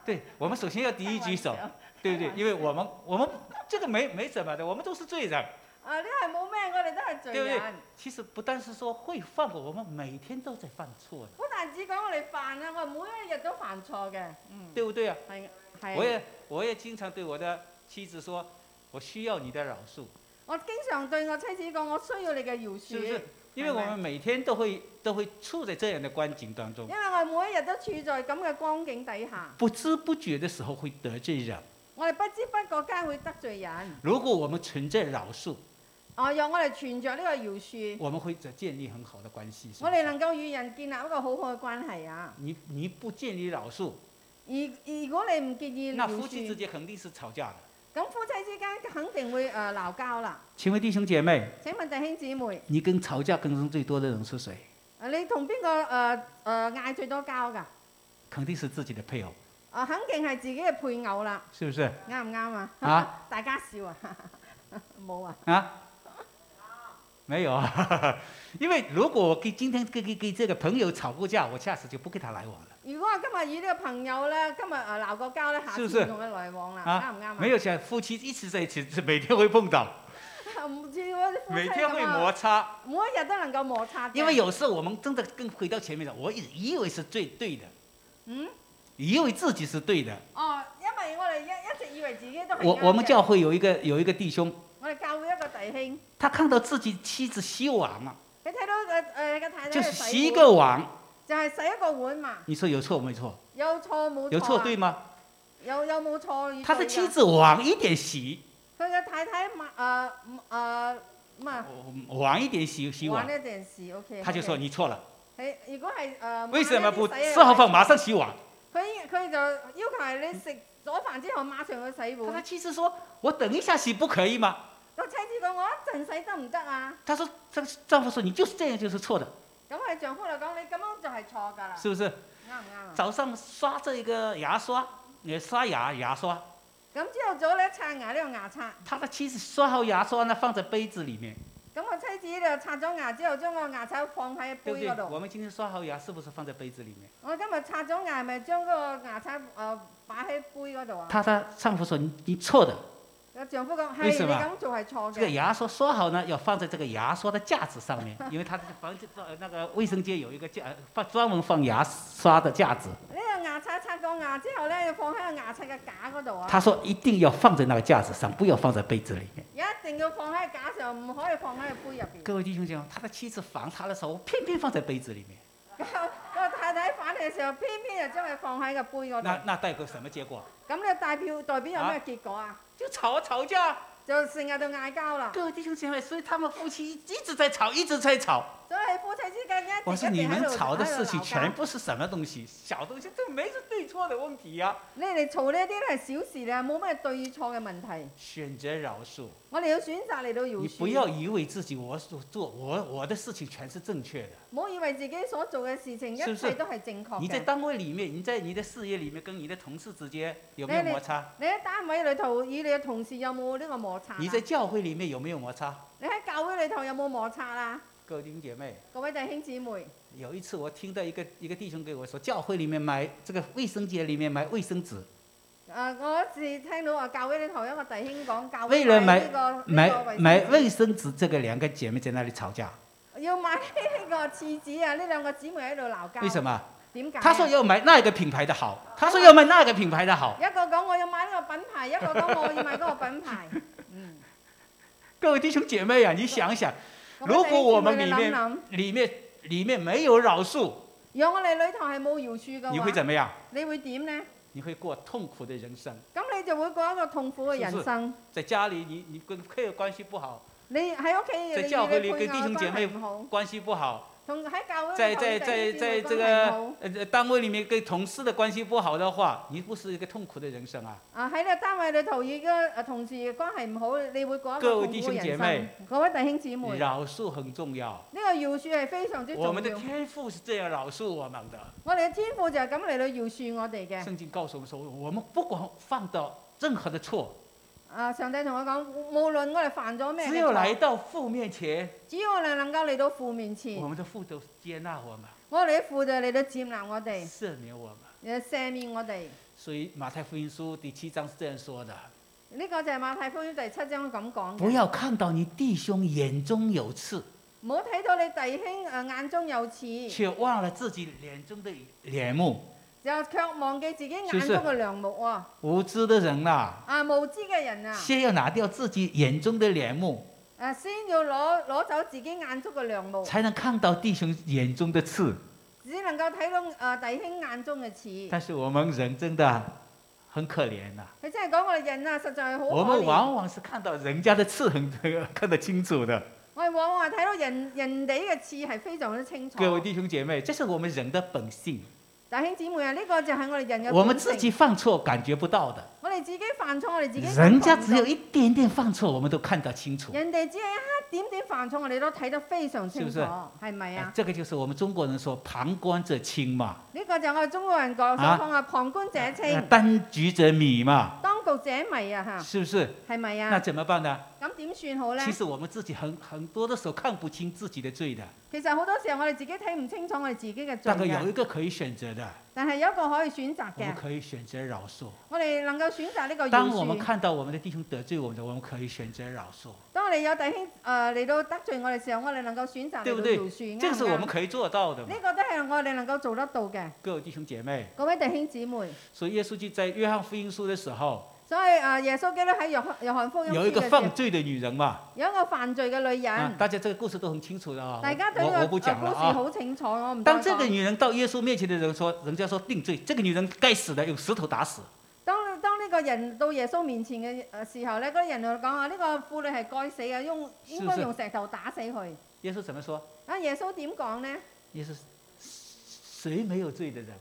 对，我们首先要敌意举手開玩，对不对？因为我们我们这个没没什么的，我们都是罪人。啊，呢係冇咩，我哋都係罪對唔對人。其实不但是说会犯过，我们每天都在犯错的，不但只講我哋犯啊，我每一日都犯錯嘅。嗯，哎对不对啊？係係。我也我也经常对我的妻子说，我需要你的饶恕。我經常對我妻子講，我需要你嘅饒是恕，不是？因为明我白们每天都会都会处在这样的光景当中因，為我每一日都處在咁嘅光景底下，不知不觉的时候会得罪人。我哋不知不覺間會得罪人。如果我们存在饶恕，啊，讓我哋存着呢個饒恕，我们会建立很好的关系。是不哎我是哋能夠與人建立一個好好嘅關係啊。你你不建立饶恕，而如果你唔建議那饒夫妻之恕，间肯定是吵架的。咁夫妻之間肯定會誒鬧交啦。请问弟兄姐妹，請問弟兄姊妹，你跟吵架跟踪最多的人是谁？啊你同邊個誒誒呃嗌最多交㗎？肯定是自己的配偶，啊，肯定係自己嘅配偶啦，是不是？啱唔啱啊？啊大家笑啊， 冇啊。啊？没有 啊，因为如果我跟今天跟跟跟这个朋友吵过架，我下次就不跟他来往了。如果我今日與呢個朋友咧，今日誒鬧過交咧，下是次不是唔同佢來往啦，啊啱唔啱啊？没有想夫妻一直在一起，每天会碰到。 唔似我啲夫妻每天咁会啊，摩擦，每一日都能夠摩擦嘅。因为有時候我们真的跟回到前面的，我以以为是最對的，嗯，以為自己是對的。哦，因為我哋一一直以為自己都係我啱嘅我们教会有一個有一個弟兄，我哋教會一個弟兄，他看到自己妻子啊洗碗嘛，你睇到個誒個太太就喺度是洗一洗碗個碗，就係洗一個碗嘛，你說有錯沒錯？有錯冇有錯錯啊對嗎？有有冇錯與他對的啊妻子晚一點洗，佢嘅太太抹誒誒咁啊，晚嗯一點洗洗玩碗，呢件事 OK，他就說你錯了，你如果係誒為什麼不抹呢啲洗嘅吃好飯馬上洗碗？佢佢就要求係你食咗飯之後馬上去洗他的碗。妻子說，我等一下洗不可以嗎？個妻子講：我一陣洗得唔得啊？他說，丈丈夫說你就是這樣就是錯的，咁喺丈夫嚟講，你咁樣就係錯㗎啦，是不是？啱唔啱啊？早上刷这个牙刷，你刷牙牙刷，咁朝頭早咧刷牙呢用牙刷，他的妻子刷好牙刷呢，放在杯子里面，咁我妻子就刷咗牙之後，將個牙刷放喺杯对不对嗰？度。哦我们今天刷好牙是不是放在杯子里面？我今日刷咗牙，咪將嗰個牙刷誒擺喺杯嗰度啊。她的丈夫说：“你你错的，個丈夫講：係為你什麼咁做係錯这个嘅。牙刷刷好呢，要放在这个牙刷的架子上面， 因为他的房间呃那个卫生间有一个架，呃放专门放牙刷的架子。呢個牙刷刷過牙之後咧，要放喺個牙刷嘅架嗰度啊。他说一定要放在那个架子上，不要放在杯子里面。一定要放喺架上，唔可以放喺個杯入邊。各位弟兄姐妹，他的妻子烦他的时候，偏偏放在杯子里面，咁個太太反嘅時候，偏偏就將佢放喺個杯嗰那度。那代表什么结果？咁你代表代表有咩結果啊？就吵吵架。就成日就嗌交啦。各位弟兄姐妹，所以他们夫妻一直在吵，一直在吵。所以夫妻之間一我说直一你定喺们度吵的喺度事情鬧全交部是什么东西？小东西，这没是对错的问题呀、你哋嘈呢啲係小事啦，冇咩對與錯嘅問題。选择饶恕，我哋要選擇嚟到你饒不恕要。以为自己我所做我我的事情全是正确的。唔好以為自己所做嘅事情一是不是切都係正確你在嘅。单位里面，你在你的事业里面，跟你的同事之间有没有那你摩擦？你喺單位裏頭與你嘅同事有冇呢個摩擦啊？你在教會里面有没有摩擦？你喺教會裏頭有冇摩擦啊？各位弟兄姐妹，各位弟兄姊妹，有一次我听到一个一个弟兄给我说，教会里面买这个卫生间里面买卫生纸，誒、啊我嗰次聽到話啊教會裏頭有一個弟兄講教為會了買呢、個呢個买买衛生卫生纸，这个两个姐妹在那里吵架，紙要買呢個廁紙啊！呢兩個姊妹喺度鬧交，为什麼？點解啊？他说要买那个品牌的好，他说要买那个品牌的好。一個講我要買呢個品牌，一個講我要買嗰個品牌。嗯，各位弟兄姐妹啊，你想一想，咁啊如果我們弟兄裡面姊妹你諗諗，里面里面没有饶恕，若我哋裏頭係冇饒恕嘅話，你会怎么样？你會點呢？你会过痛苦的人生。咁你就會過一個痛苦嘅人生。在家里你，你跟配偶關係不好，你喺屋企，你在教會裏跟你配弟偶兄姐妹關係唔好，關係不好，同喺教會在裏頭在嘅弟在兄姊在妹這關係唔個呃單位里面跟同事的關係不好的話，你不是一个痛苦的人生啊！好啊喺呢個單位裏頭，而家誒同事關係唔好，你會過一個各痛位苦弟兄嘅姐人妹生。各位弟兄姊妹，呢饶恕很重要，個饒恕係非常之我重们的要。天父是这样饒恕我们的。我哋嘅天父就係咁嚟到饒恕我哋嘅。圣经告诉我们说，我们不管犯到任何的錯，啊，上帝同我講，無論我哋犯咗咩嘅只有來錯，到父面前，只要我哋能夠嚟到父面前我，们的父都接纳我们，我哋嘅父就嚟到接納我哋，赦免我们。誒赦免我哋。所以马太福音书第七章是这样说的：呢個就係馬太福音第七章咁講不嘅。要看到你弟兄眼中有刺，唔好睇到你弟兄誒眼中有刺。却忘了自己眼中的脸目。又卻忘記自己眼中就是嘅良木喎、啊，无知的人呐、無知嘅人啊，先要拿掉自己眼中的脸目，啊先要攞攞走自己眼中嘅良木，才能看到弟兄眼中的刺。只能夠睇到啊弟兄眼中嘅刺。但是我们人真的很可怜呐、佢真係講我哋人啊，實在係我好可们憐。往往是看到人家的刺很呃看得清楚的。我哋往往係睇到人人哋嘅刺係非常之清楚。各位弟弟兄姐妹，这是我们人的本性，兄姊妹啊，呢、個就係我哋人嘅我本们性自己犯错感觉不到的，我哋自己犯錯，我哋自己人家感覺只有一点点犯错，我们都看得清楚。人哋只係一點點犯錯，我哋都睇得非常清楚，是不是係咪哎啊？这个就是我们中国人说旁观者清嘛，呢、個就係我哋中國人講所啊講嘅旁觀者清，当局者迷嘛，當局者迷啊嚇，是不是？係咪啊那？怎么办呢？咁點算好呢？其实我们自己很很多的时候看不清自己的罪的，其實好多時候我哋自己睇唔清楚我哋自己嘅罪但是有嘅，一个可以选择的，但係有一個可以選擇我们嘅，可以选择饶恕。我哋能夠選擇呢個当饒我们恕。看到我们的弟兄得罪我們的，我们可以选择饶恕，當我哋有弟兄誒嚟到得罪我哋嘅時候，我哋能夠選擇嚟對到不對饒恕，这个啱唔是我们啱？可以做到的嘛呢。個都係我哋能夠做得到嘅，各位弟兄姐妹，各位弟兄姊妹。所以耶稣基督在约翰福音书的时候，所以誒，耶穌基督喺約翰約翰福音哦書有一个嘅時候犯罪的女人嘛，有一個犯罪嘅女啊人，，大家这个故事都很清楚的啊，大家我對我呢我個不誒讲故了事啊。好清楚，我唔再当这个講。女人到耶稣面前的人说，人家说定罪，这个女人该死的，用石头打死。當當呢個人到耶穌面前嘅誒時候咧，嗰啲人就講啊，呢個婦女係該死嘅，用應該是用石頭打死佢。耶稣怎么说？啊，耶穌點講呢？耶稣，谁没有罪的人，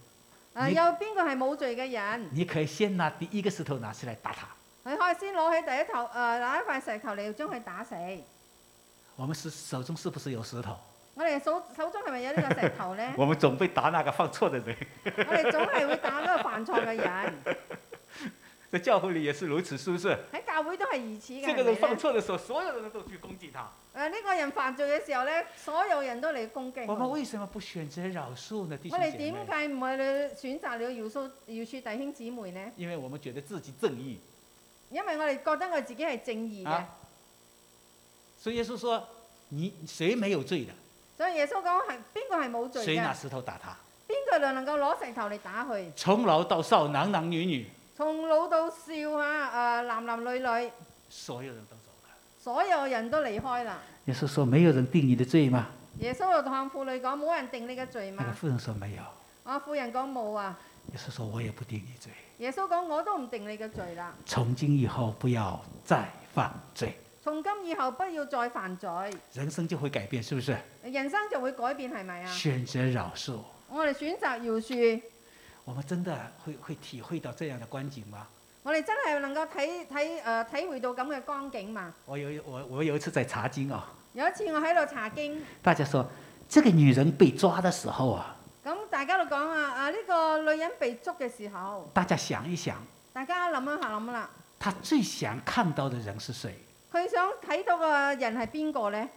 啊，你有邊個係冇罪嘅人？你可以先拿第一个石头拿起来打他。佢可以先攞起第一頭誒，攞、一塊石頭嚟將佢打死。我们是手中是不是有石头？我哋手手中係咪有呢個石 頭呢？我们总被打那个犯错的人， 我哋總係會打嗰個犯錯嘅人，在教会里也是如此，是不是？喺教會都係如此嘅。这个人係咪犯呢错的时候，所有人都去攻击他。誒呢個人犯罪嘅時候呢，所有人都嚟攻擊我佢们。為什麼不選擇饒恕呢，弟我兄哋姐點妹？解唔係你選擇了饒恕饒恕弟兄姊妹呢？因為我們覺得自己正義。因為我哋覺得我自己係正義嘅，啊所以耶穌說：“你誰沒有罪的，所以耶穌講係邊個係冇罪誰拿嘅，石頭打他。邊個能夠攞石頭嚟打佢？從老到少，男男女女，從老到少啊，誒男男女女，所有人都走了。所有人都離開啦。耶穌說：“沒有人定你的罪嗎耶穌就向婦女講：冇人定你嘅罪？”那個 嘛？婦人說：“沒有。啊，婦人講冇啊。”耶穌說：“我也不定你罪。耶穌講：我都唔定你嘅罪啦。從今以後不要再犯罪，從今以後不要再犯罪，人生就會改變，是不是？人生就會改變，係咪啊？選擇饒恕，我哋選擇饒恕，我們真的會會體會到這樣的觀景嗎？我哋真係能夠睇睇誒體呃會到咁嘅光景嘛？我有一我我有一次在查經啊、有一次我喺度查經，大家說，這個女人被抓的時候啊，咁大家都講啊啊呢、個女人被捉嘅時候，大家想一想，大家諗一下諗啦，她最想看到的人是誰？佢想睇到嘅人係邊個呢？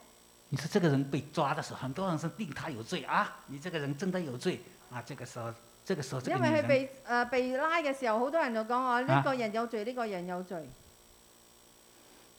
你說這個人被抓的時候，很多人是定他有罪啊，你這個人真的有罪啊。這個時候，這個時候，這因個為女佢人，被誒、呃被拉嘅時候，好多人就講啊呢、個人有罪，呢、個人有罪。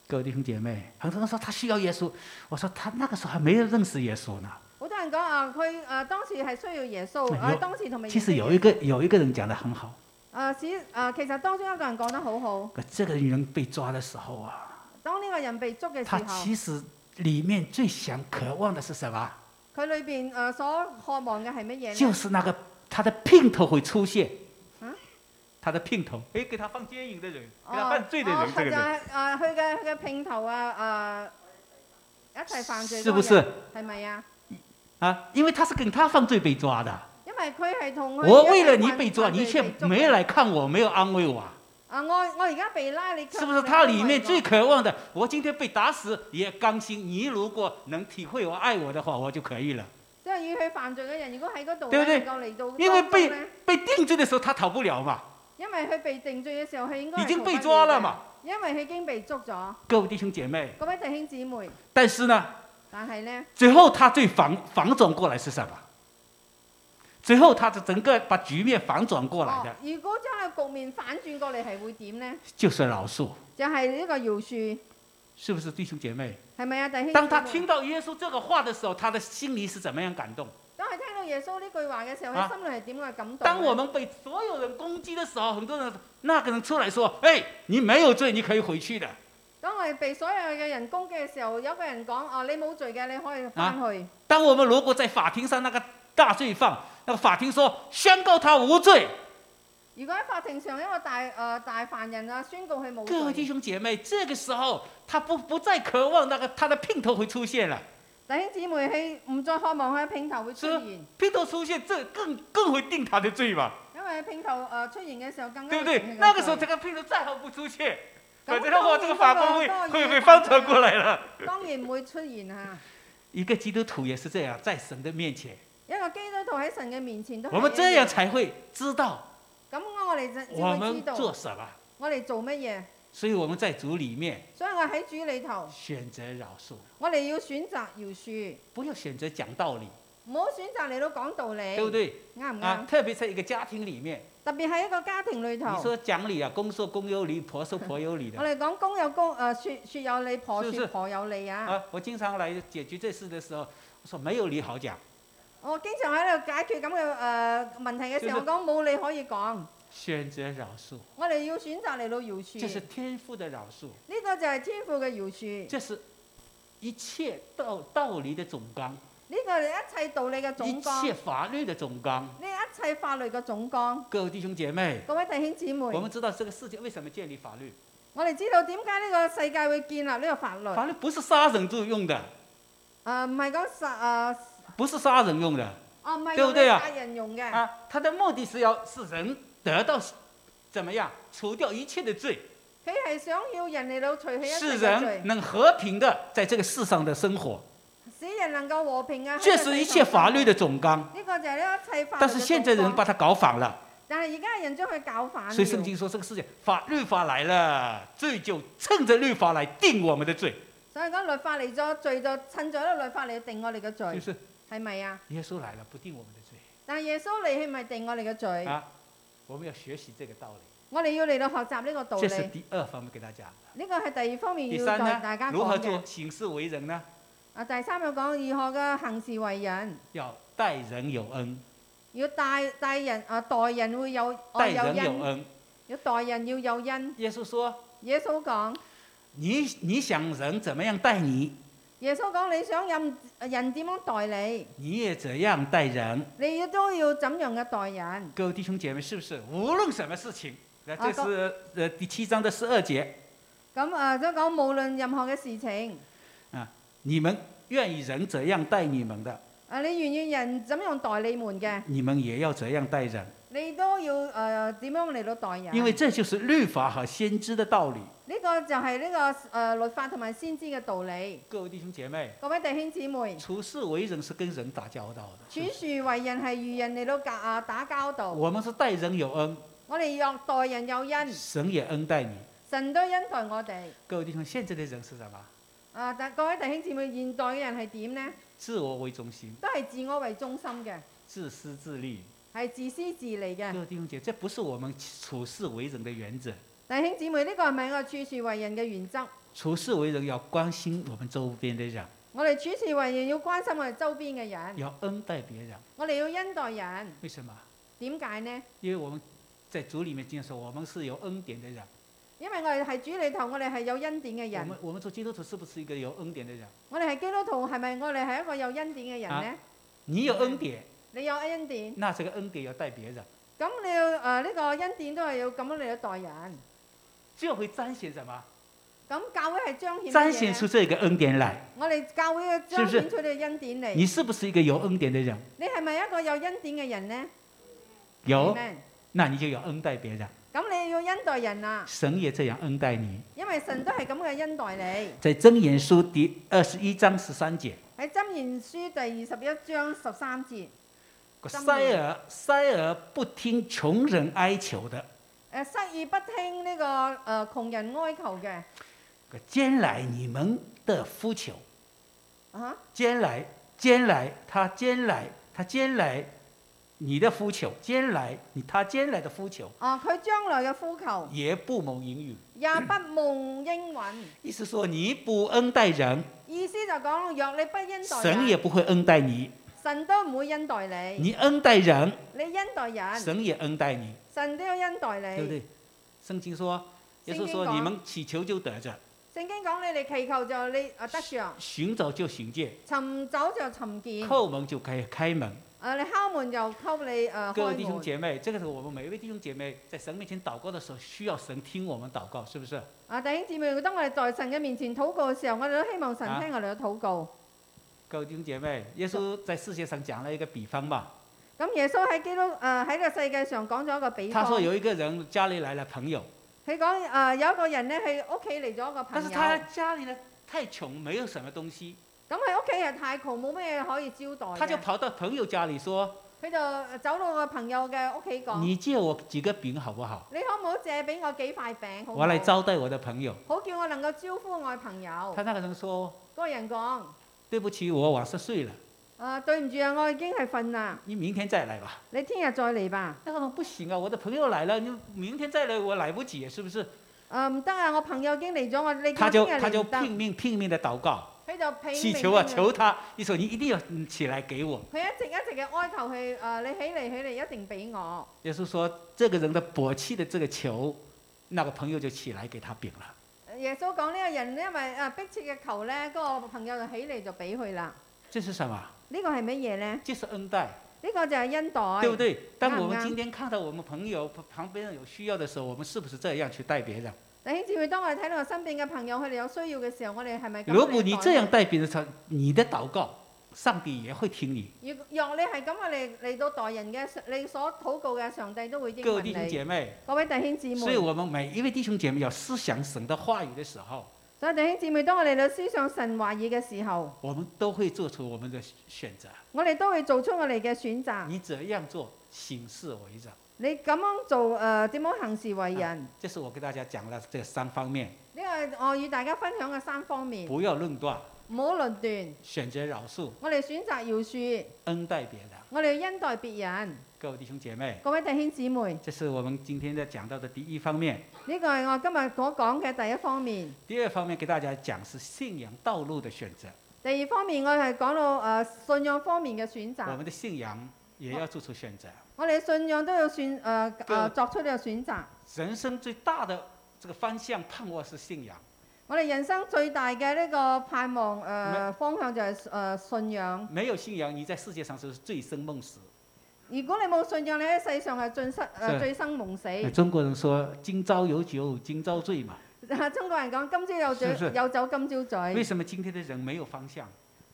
各位弟兄姐妹，很多人說她需要耶穌，我說她那個時候還沒有認識耶穌呢。好多人講啊，佢誒、呃、當時係需要耶穌，哎啊有當時同埋其實有一誒、個有一個人講得很好，呃、史誒、呃其實當中一個人講得好好，可這個女人被抓的時候啊，當呢個人被捉嘅時她候，其實裡面最想渴望的是什麼？佢裏邊誒所渴望嘅係乜嘢就呢？是那个他的姘頭会出现啊，他的姘頭，哎，给他放奸淫的人，哦给他犯罪的人，哦这个就人係誒佢嘅佢嘅拼頭啊誒一齊犯罪嗰是不個人，是係咪啊？啊？因为他是跟他犯罪被抓的。因為佢係同佢我一齊為了你犯被抓，犯罪你卻被捉沒來看我，没有安慰 我啊，啊！我我而家被拉，你卻是不是？沒他安慰里面我最渴望的，我今天被打死也甘心。你如果能體會我、愛我的話，我就可以了。即係要佢犯罪嘅人，如果喺嗰度對不對咧能夠嚟到因為當中被咧被定罪的時候，他逃不了嘛，因為佢被定罪嘅時候，佢應該已係經被逃不抓了了嘅嘛。因為佢已經被捉咗。各位弟兄姐妹，各位弟兄姊妹，但是呢，但係咧，最后他最反反转过来是什么？最后他的整个把局面反转过来的哦，如果將個局面反轉過嚟，係會點咧？就是饶恕，就係、呢個饒恕，是不是弟兄姐妹？係咪啊，弟兄姊妹？当他听到耶稣这个话的时候，他的心里是怎么样感动？當佢聽到耶穌呢句話嘅時候，啊佢心裏係點嘅感動？当我們被所有人攻擊的時候，很多人那個人出來說：“哎，你沒有罪，你可以回去的。當我哋被所有嘅人攻擊嘅時候，有個人講：哦，你冇罪嘅，你可以翻去。”当我們如果在法庭上那個大罪犯，那個法庭說宣告他無罪，如果喺法庭上一個大誒、呃大犯人啊，宣告佢冇各位罪弟，兄姐妹，這個時候他不不再渴望那個他的姘頭會出現了。弟兄姊妹係唔再渴望佢喺拼頭會出是現，姘頭出現，這更更會定他的罪嘛，因為喺拼頭誒、呃出現嘅時候更加對不對？那個時候這個姘頭再好不出現，咁反正的話，這個法官會當然會被翻轉過來了。當然唔會出現啊嚇。一個基督徒也是這樣，在神的面前，一個基督徒喺神嘅面前都係我們這一樣樣才會知道咁我哋就我先會知們做道什麼。我哋做乜嘢。所以我們在主裡面所以我喺主裏頭，選擇饒恕，我哋要選擇饒恕，不要選擇講道理，唔好選擇嚟到講道理，對不對？啱唔啊啱，？特別在一個家庭裡面，特別喺一個家庭裏你頭，說講理啊，公說公有理，婆說婆有理我的。哋講公有公，誒、呃、説説有理，婆是是説婆有理啊。啊，我經常來解決這事的時候，我說沒有理好講，我經常喺度解決咁嘅誒問題嘅時候，我講冇理可以講，選擇饒恕，我哋要選擇嚟到饒恕。這是呢天父的饒恕。個就係天父嘅饒恕，这是一切道道理的总纲，呢個係一切道理嘅一總綱，切呢法律的总纲。一切法律嘅總綱。各位弟兄姐妹，各位弟兄姊妹，我們知道这个世界为什么建立法律？我哋知道點解呢個世界會建立呢個法律？法律不是殺人就用的，誒唔係講殺誒，不是殺人用的哦唔係對用不嚟對啊殺人用嘅，啊！它的目的是要使人得到怎么样，除掉一切的罪，佢係想要人嚟到除去一切使嘅罪人，能和平的在这个世上的生活。使人能夠和平啊。这是一切法律的。的总纲。呢個就係呢一切法律嘅但是现在人把它搞反了，但係而家人將佢搞反了。所以圣经说这个事情，法律法来了，罪就趁着律法来定我们的罪，所以講律法嚟咗，罪就趁咗呢律法嚟定我哋嘅就罪，是係咪啊？耶稣来了不定我们的罪但係耶穌嚟，係咪定我哋嘅罪？啊。我们要学习这个道理，我哋要嚟到學習呢個道这是理。第二方面给大家。呢個係第二方面第要三再大呢家，如何講嘅做。行事为人呢？啊，第三要講如何嘅行事為人，要待人有恩，要待待人啊待人會有愛待有人有恩，恩。要待人要有恩。耶稣说耶穌講，：“你你想人怎么样待你，耶穌講你想任呃人點樣待你，你也怎样待人。”你亦都要怎樣嘅待人。各位弟兄姐妹，是不是无论什么事情？那啊这是呃第七章的十二节，咁啊，都講無論任何嘅事情，你们愿意人怎样待你们的，啊，你願意人怎樣待你們嘅，你们也要怎样待人，你都要誒點、樣嚟到待人。因为这就是律法和先知的道理。呢個就係呢、個誒、呃律法同埋先知嘅道理。各位弟兄姐妹，各位弟兄姊妹，处事为人是跟人打交道的，處事為人係與人嚟到夾啊打交道，我们是待人有恩，我哋若待人有恩，神也恩待你。神都恩待我哋。各位弟兄，现在的人是什么？啊，但各位弟兄姊妹，現代嘅人係點呢？自我为中心，都係自我為中心嘅，自私自利。係自私自利嘅各。位弟兄姐，这不是我们处事为人的原则。弟兄姊妹，呢、個係咪我處事為人嘅原則？处事为人要关心我们周边的人，我哋處事為人要關心我哋周邊嘅人，要恩待别人。我哋要恩待人。为什么？點解呢？因为我们在主里面经常说，我们是有恩典的人。因為我哋係主裏頭，我哋係有恩典嘅我人们。我们做基督徒是不是一个有恩典的人？我哋係基督徒，係咪我哋係一個有恩典嘅人呢？你有恩典，你有恩典，那这个恩典要带别人，咁你要誒呢個恩典都係要咁樣嚟到待人。就會彰显什么？咁教會係彰顯彰乜嘢显呢出這个恩典来。我哋教會嘅彰是顯出你嘅恩典嚟。你是不是一个有恩典的人？你係咪一個有恩典嘅人呢？有， Amen 那你就有恩待别人。咁你要恩待人啦，神也这样恩待你。因為神都係咁嘅恩待你。在箴言书第二十一章十三节，喺箴言書第二十一章十三節，箴塞言尔塞尔不听穷人哀求的，誒失耳不聽呢、個誒窮人哀求嘅艰来你们的呼求。啊，艰来，艰来，他艰来，他艰来，你的呼求，艰来，你他艰来的呼求，啊佢將來嘅呼求也不蒙应允。也不蒙應允。意思说你不恩待人，意思就講，若你不恩待神人，也不会恩待你；神都唔會恩待你。你恩待人，你恩待人，神也恩待你，神都要恩待对不你。对？圣经说，耶稣哎圣经说：讲你们祈求就得着，聖經講你哋祈求就你啊得着，寻找就寻见，尋找就尋見。叩门就开开门。啊，你敲門就叩你啊各位開弟兄門。姐妹，这个是我们每一位弟兄姐妹在神面前祷告的时候，需要神听我们祷告，是不是？啊，弟兄姊妹，當我哋在神嘅面前禱告嘅時候，我哋都希望神啊聽我哋嘅禱告。各位弟兄姐妹，耶穌在世界上讲了一个比方嘛，咁耶穌喺基督誒喺個世界上講咗一個比他方，说有一个人家里来了朋友，佢講誒有一個人咧喺屋企嚟咗一個朋但友，是他咁家里呢太穷，没有什么东西，佢屋企係太窮，冇咩可以招待他就嘅，跑到朋友家里说佢就呃走到個朋友嘅屋企：“講。你借我几个饼好不好？你可唔可借俾我幾塊餅好唔好？我来招待我的朋友。好叫我能夠招呼我嘅朋友。”他那个人说嗰個人講：：“对不起，我晚上睡了，啊，對唔住啊，我已經係瞓啦，你明天再来吧。你聽日再嚟吧。”那个人不行啊，我的朋友来了，你明天再来我来不及，是不是？啊，唔得啊，我朋友已經嚟咗，我你叫他我聽就日他嚟就唔得拼。命拼命的祷告，佢就拼祈命求啊，拼命求他，你说你一定要嗯起来给我。佢一直一直嘅哀求佢，啊，你起嚟起嚟，一定俾我。耶稣说，这个人的勃起的这个球，那个朋友就起来给他饼了。耶穌講呢個人因為啊迫切嘅求咧，嗰、個朋友就起嚟就俾佢啦。这是什么？呢、個係乜嘢咧？呢、这是恩待，呢個就係恩待，对不对？当我啱们啱今天看到我们朋友旁边有需要的时候，我们是不是这样去待别人？弟兄姊妹，當我哋睇到身邊嘅朋友佢哋有需要嘅時候，我哋係咪咁如果嚟你待这佢样待别人，他你的祷告，上帝也会听你。若若你係咁我哋嚟到代人嘅，你所禱告嘅上帝都會應各位允弟兄你。姐妹，各位弟兄姊所以妹，我们每一位弟兄姐妹要思想神的话语的时候，所以弟兄姊妹，當我哋嚟到思想神話語嘅時候，我们都会做出我们的选择。我哋都會做出我哋嘅選擇。你怎样做，行事为人。你咁樣做誒點、樣行事為人？呢、这是我跟大家讲了这三方面，個我與大家分享嘅三方面，不要论断，唔好論斷。选择饶恕，我哋選擇饒恕，恩待别人。我哋要恩待別人。各位弟兄姐妹，各位弟兄姊妹，这是我们今天在讲到的第一方面。呢個係我今日所講嘅第一方面。第二方面给大家讲是信仰道路的选择，第二方面，我係講到誒、呃信仰方面嘅選我擇，们的信仰也要做出选择。我哋信仰都要選誒誒、呃個呃作出呢個選擇。人生最大的这个方向盼望是信仰，我哋人生最大嘅呢個盼望誒、呃咩方向就係、誒、信仰。没有信仰，你在世界上是醉生梦死。如果你冇信仰，你喺世上係盡失誒是醉生夢死。哎中国人说“今朝有酒今朝醉”嘛， 中國人講今朝有是酒是有酒今朝为醉，什么今天的人没有方向？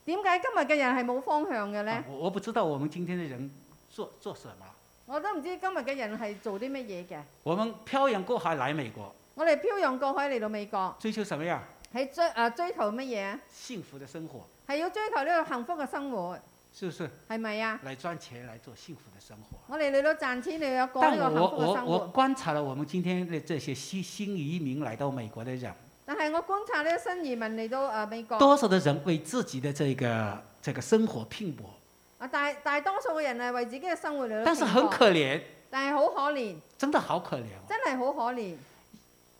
點解今日嘅人係冇方向嘅呢啊？我我不知道我们今天的人做做什么。我都唔知今日嘅人係做啲乜嘢嘅。我们漂洋过海来美国，我哋漂洋過海嚟到美國，追求什么呀？係追誒、呃追求乜嘢？幸福的生活，係要追求呢個幸福嘅生活，是不是？係咪啊？来赚钱，来做幸福的生活。我哋嚟到賺錢，你要過但呢個我幸福嘅我生我活。观察了我们今天的这些新新移民来到美国的人，但係我觀察呢新移民嚟到誒、呃美國，多少的人为自己的这个这个生活拼搏，啊大大多數嘅人係為自己嘅生活嚟到但是拼很搏可怜，但係好可憐，真的好可怜、哦。真係好可憐。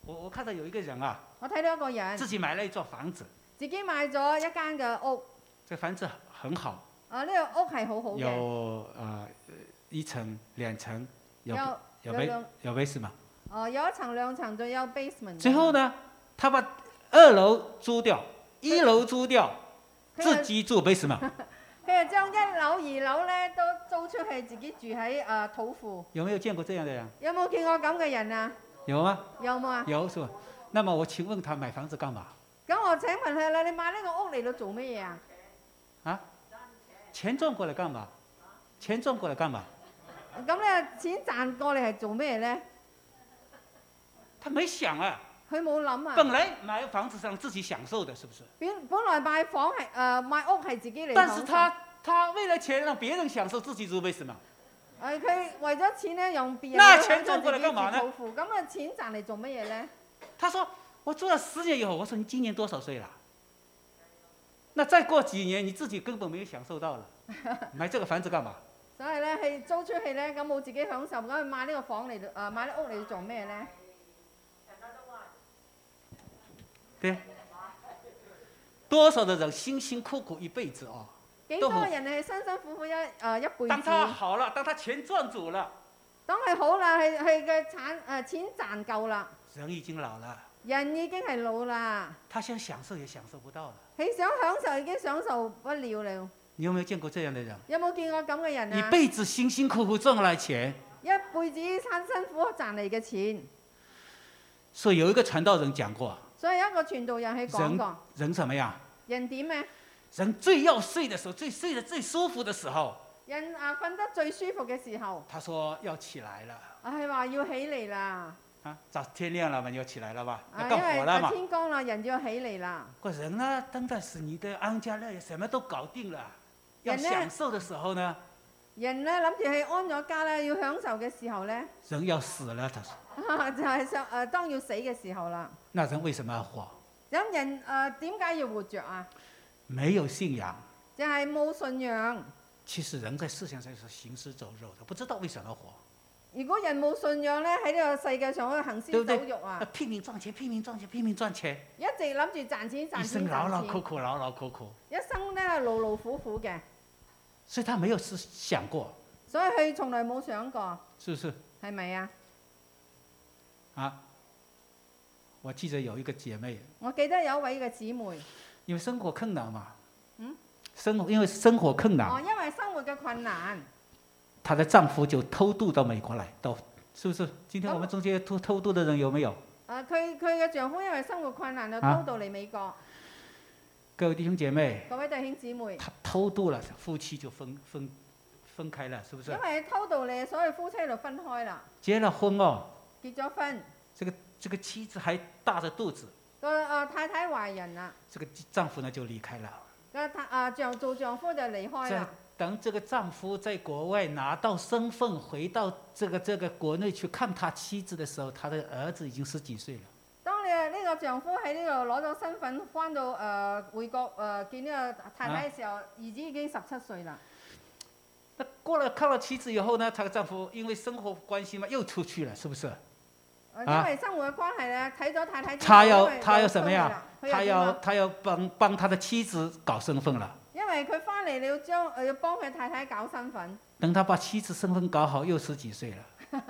我我看到有一个人啊，我睇到一個人自己買了一座房子，自己買咗一間嘅屋，这房子很好，啊呢、個屋係好好有嘅，呃一层、两层，有有有有杯兩有杯是吗？哦有一層兩層，仲有 basement 嘅。最後呢，他把二樓租掉，一樓租掉， 佢自係己住 basement，佢係將一樓二樓咧都租出去，自己住喺誒、呃土庫。有没有見過這樣的人？有冇見過咁嘅人啊？有嗎？有冇啊？有是吧？那么我请問他買房子幹嘛？咁我請問佢啦，你買呢個屋嚟到做乜嘢啊？錢賺過來幹嘛？錢賺過來幹嘛？咁咧錢賺過你係做咩咧？他沒想啊，佢冇諗啊。本來買房子是讓自己享受的，是不是？本本來買房係誒、呃、買屋係自己嚟但享是受，他他為了錢讓別人享受，自己住 basement，誒哎佢為咗錢咧用別人那嘅屋錢賺過嚟自己幹嘛呢住土庫，咁啊錢賺嚟做乜嘢咧？他說我住了十年以後，我說你今年多少歲了？那再過幾年，你自己根本沒有享受到了，買這個房子幹嘛？所以咧係租出去咧，咁冇自己享受，咁佢買呢個房嚟誒、呃、買呢屋嚟做咩咧？多少的人辛辛苦苦一辈子哦，幾都多好人係辛辛苦苦一誒、呃一輩当他子，好了，当他钱赚足了，當佢好啦，係係嘅產誒、呃、錢賺夠啦，人已經老了，人已經係老啦，他想享受也享受不到了。佢想享受已經享受不了了。你有沒有見過這樣的人？有冇見過咁嘅人一啊？辈子辛辛苦苦赚来钱，一輩子辛辛苦苦賺嚟嘅錢，所以有一個傳道人講過，所以有一個傳道人去講人過。人怎麼樣？人點啊咩？人最要睡的時候，最睡得最舒服的時候，人啊瞓得最舒服嘅時候，他說要起來了。啊係話要起嚟啦，啊，早天亮了嘛，你要起來了吧？啊要因干為活了啊嘛。啊天光啦，人就要起嚟啦。個人呢，真的是你的安家樂業，什麼都搞定了，要人呢享受的時候呢，人咧諗住去安咗家咧，要享受嘅時候咧，人要死了。他說， 就係想誒當要死嘅時候啦。那人為什麼要活？咁人誒點解要活着啊？沒有信仰，就係、冇信仰。其實人在世界上是行屍走肉的，不知道為什麼活，如果人冇信仰咧，喺呢個世界上可以行對屍不對走肉啊那！拼命賺錢，拼命賺錢，拼命賺錢，一直諗住賺錢一賺生錢勞勞賺苦錢，苦，勞勞苦苦，一生咧勞勞苦苦嘅，所以他沒有思想過，所以佢從來冇想過，是不是？係咪啊？啊，我記得有一個姐妹，我記得有一位嘅姊妹。因為生活困難嘛，嗯，生活因為生活困哦，難，因為生活嘅困難，她的丈夫就偷渡到美國來，到是不是？今天我们中间偷偷渡的人有没有？誒啊佢佢嘅丈夫因為生活困難就啊偷渡嚟美國。各位弟兄姐妹，各位弟兄姊妹，她偷渡了，夫妻就分分分開了，是不是因？為偷渡嚟，所以夫妻就分開啦，結了婚哦，結咗婚，这个妻子還大着肚子，個誒、呃太太懷孕啦，这个丈夫呢就离开了。個太啊丈做丈夫就離開在啦。等这个丈夫在国外拿到身份，回到这个这个国内去看他妻子的时候，他的儿子已经十几岁了。當你啊呢個丈夫喺呢度攞咗身份，翻到誒、呃回國誒、呃、見呢個太太嘅時候，兒子已經十七歲啦。那過了看了妻子以後呢，她的丈夫因為生活關係嘛，又出去了，是不是？呃啊因為生活嘅關係咧，睇咗太太之後，他要因為他要有什麼生活呀啦佢又他點要啊他要幫幫他的妻子搞身份了。因為佢翻嚟，你要將呃要幫佢太太搞身份。等他把妻子身份搞好，又十几歲了。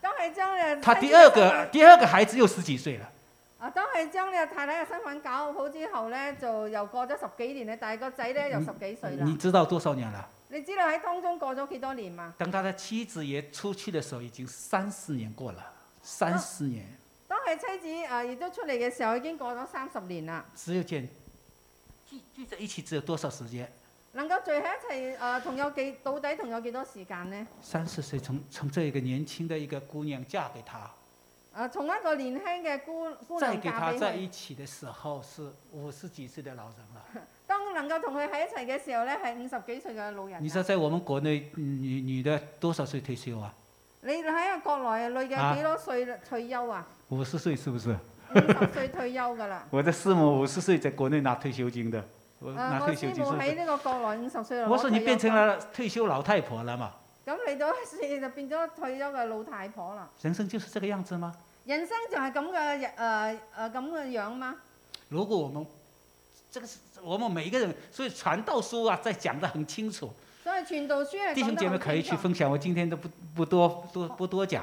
當佢將你他第二個第二個孩子又十几歲了。啊，當佢將你太太嘅身份搞好之後咧，就又過咗十幾年咧，但係個仔嗯咧又十幾歲啦你。知道多少年了？你知道喺當中過咗幾多年嘛？等他的妻子也出去的時候，已經三十年過了，三十年當佢妻子啊亦都出嚟嘅時候，已經過咗三十年啦。只有见聚聚在一起只有多少時間？能夠聚喺一齊啊，同、有幾到底同有幾多時間呢？三十歲從從這一個年輕的一個姑娘嫁給他，啊，從一個年輕嘅姑姑再娘給嫁他俾在佢，一起的時候是五十几歲的老人了。當能夠同佢喺一齊嘅時候咧，係五十幾歲嘅老人你啦知。道在我們國內嗯女女的多少歲退休啊？你喺啊國內啊女啊嘅幾多歲啦退 休啊？五十歲是不是？五十歲退休㗎啦。我的師母五十歲在國內拿退休金的，我啊，拿我退休師金是母不喺是？呢個國內五十歲啦。我說你退休變成金了退休老太婆了嘛？咁你到時就變咗退休嘅老太婆啦。人生就是這個樣子嗎？人生就係咁嘅誒誒咁嘅樣嘛。如果我們這個是我們每一個人，所以傳道書啊，在講得很清楚。所以傳道書係弟兄姐妹可以去講得好清楚分享，我今天都不不多多不多講，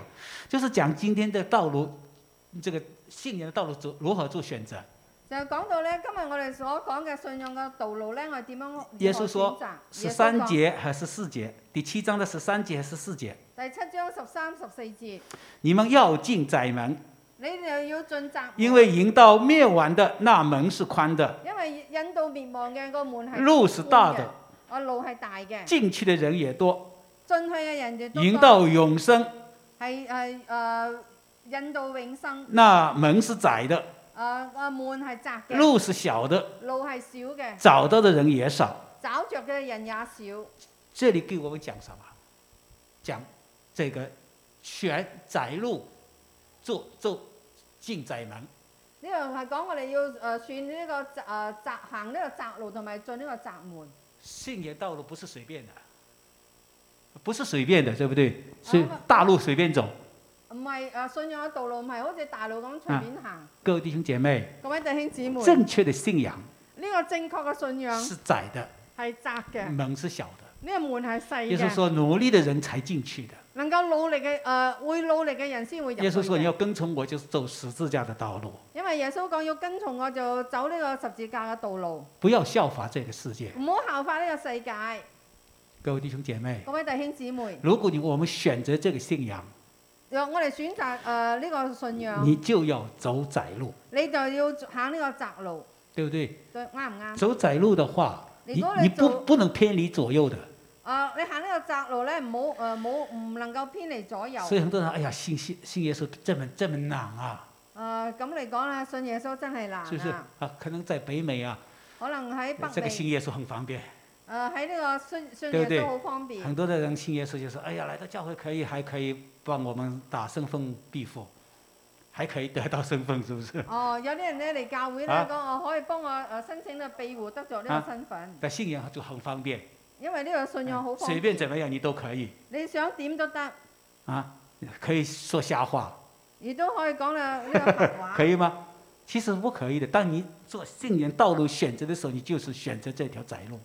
就是講今天的道路，这個信仰的道路做如何做選擇。就係講到咧，今日我哋所講嘅信仰嘅道路咧，我哋點樣耶點穌樣說選擇？十耶穌三講節和十四節，第七章的十三節和十四節，第七章十三十四節，你們要进窄门，你哋要進閘門，因為引到灭亡的那門是寬的，因為引導滅亡嘅個門係路是大寬嘅的，啊路係大嘅，进去的人也多，進去嘅人就多引到永生係係誒引導永生，那門是窄的，誒個門係窄嘅，路是小的，路係少嘅，找到的人也少。找着嘅人也少。这里给我们讲什么？讲这个选窄路，做做进窄门。呢度係講我哋要誒、呃、算呢、個窄誒窄行呢個窄路同埋進呢個窄門。信仰道路不是随便的，不是随便的，对不对？是啊大路随便走。唔係誒信仰嘅道路，唔係好似大路咁隨便行。各位弟兄姐妹，各位弟兄姊妹，正确的信仰呢個正確嘅信仰是窄的，係窄嘅，呢、门是小的。個門係細耶稣嘅。说，努力的人才进去的。能夠努力嘅誒、呃，會努力嘅人先會入去耶稣说，你嘅。要跟從我，就是走十字架的道路，因為耶穌講要跟從我就走呢個十字架嘅道路，不要效法这个世界。唔好效法呢個世界。各位弟兄姐妹，各位弟兄姊妹，如果你我們選擇這個信仰，若我哋選擇誒呢、個信仰，你就要走窄路，你就要行呢個窄路，对不对？對啱唔啱？走窄路的话，你你如果你你不走不能偏离左右的。啊！你行呢個窄路咧，唔好誒，呃冇唔能夠偏離左右。所以很多人哎呀，信信信耶稣这么这么难啊，啊，咁嚟講啦，信耶穌真係難是不是啊！啊？可能在北美啊，可能喺这北个美，信耶稣很方便。誒喺呢個信信對耶不對穌好方便。很多的人信耶稣就说，哎呀，来到教会可以，还可以帮我们打身份庇护，还可以得到身份，是不是？哦，有啲人咧嚟教會咧嗯啊講，我哦可以幫我誒申請到庇護，得咗呢啊個身份，但信仰就很方便，因為呢個信仰好方随便便，怎么样你都可以你想點都得，啊，可以说瞎话，亦都可以講啦 呢個白話可。以吗？其实不可以的。当你做信仰道路选择的时候，你就是选择这条窄路，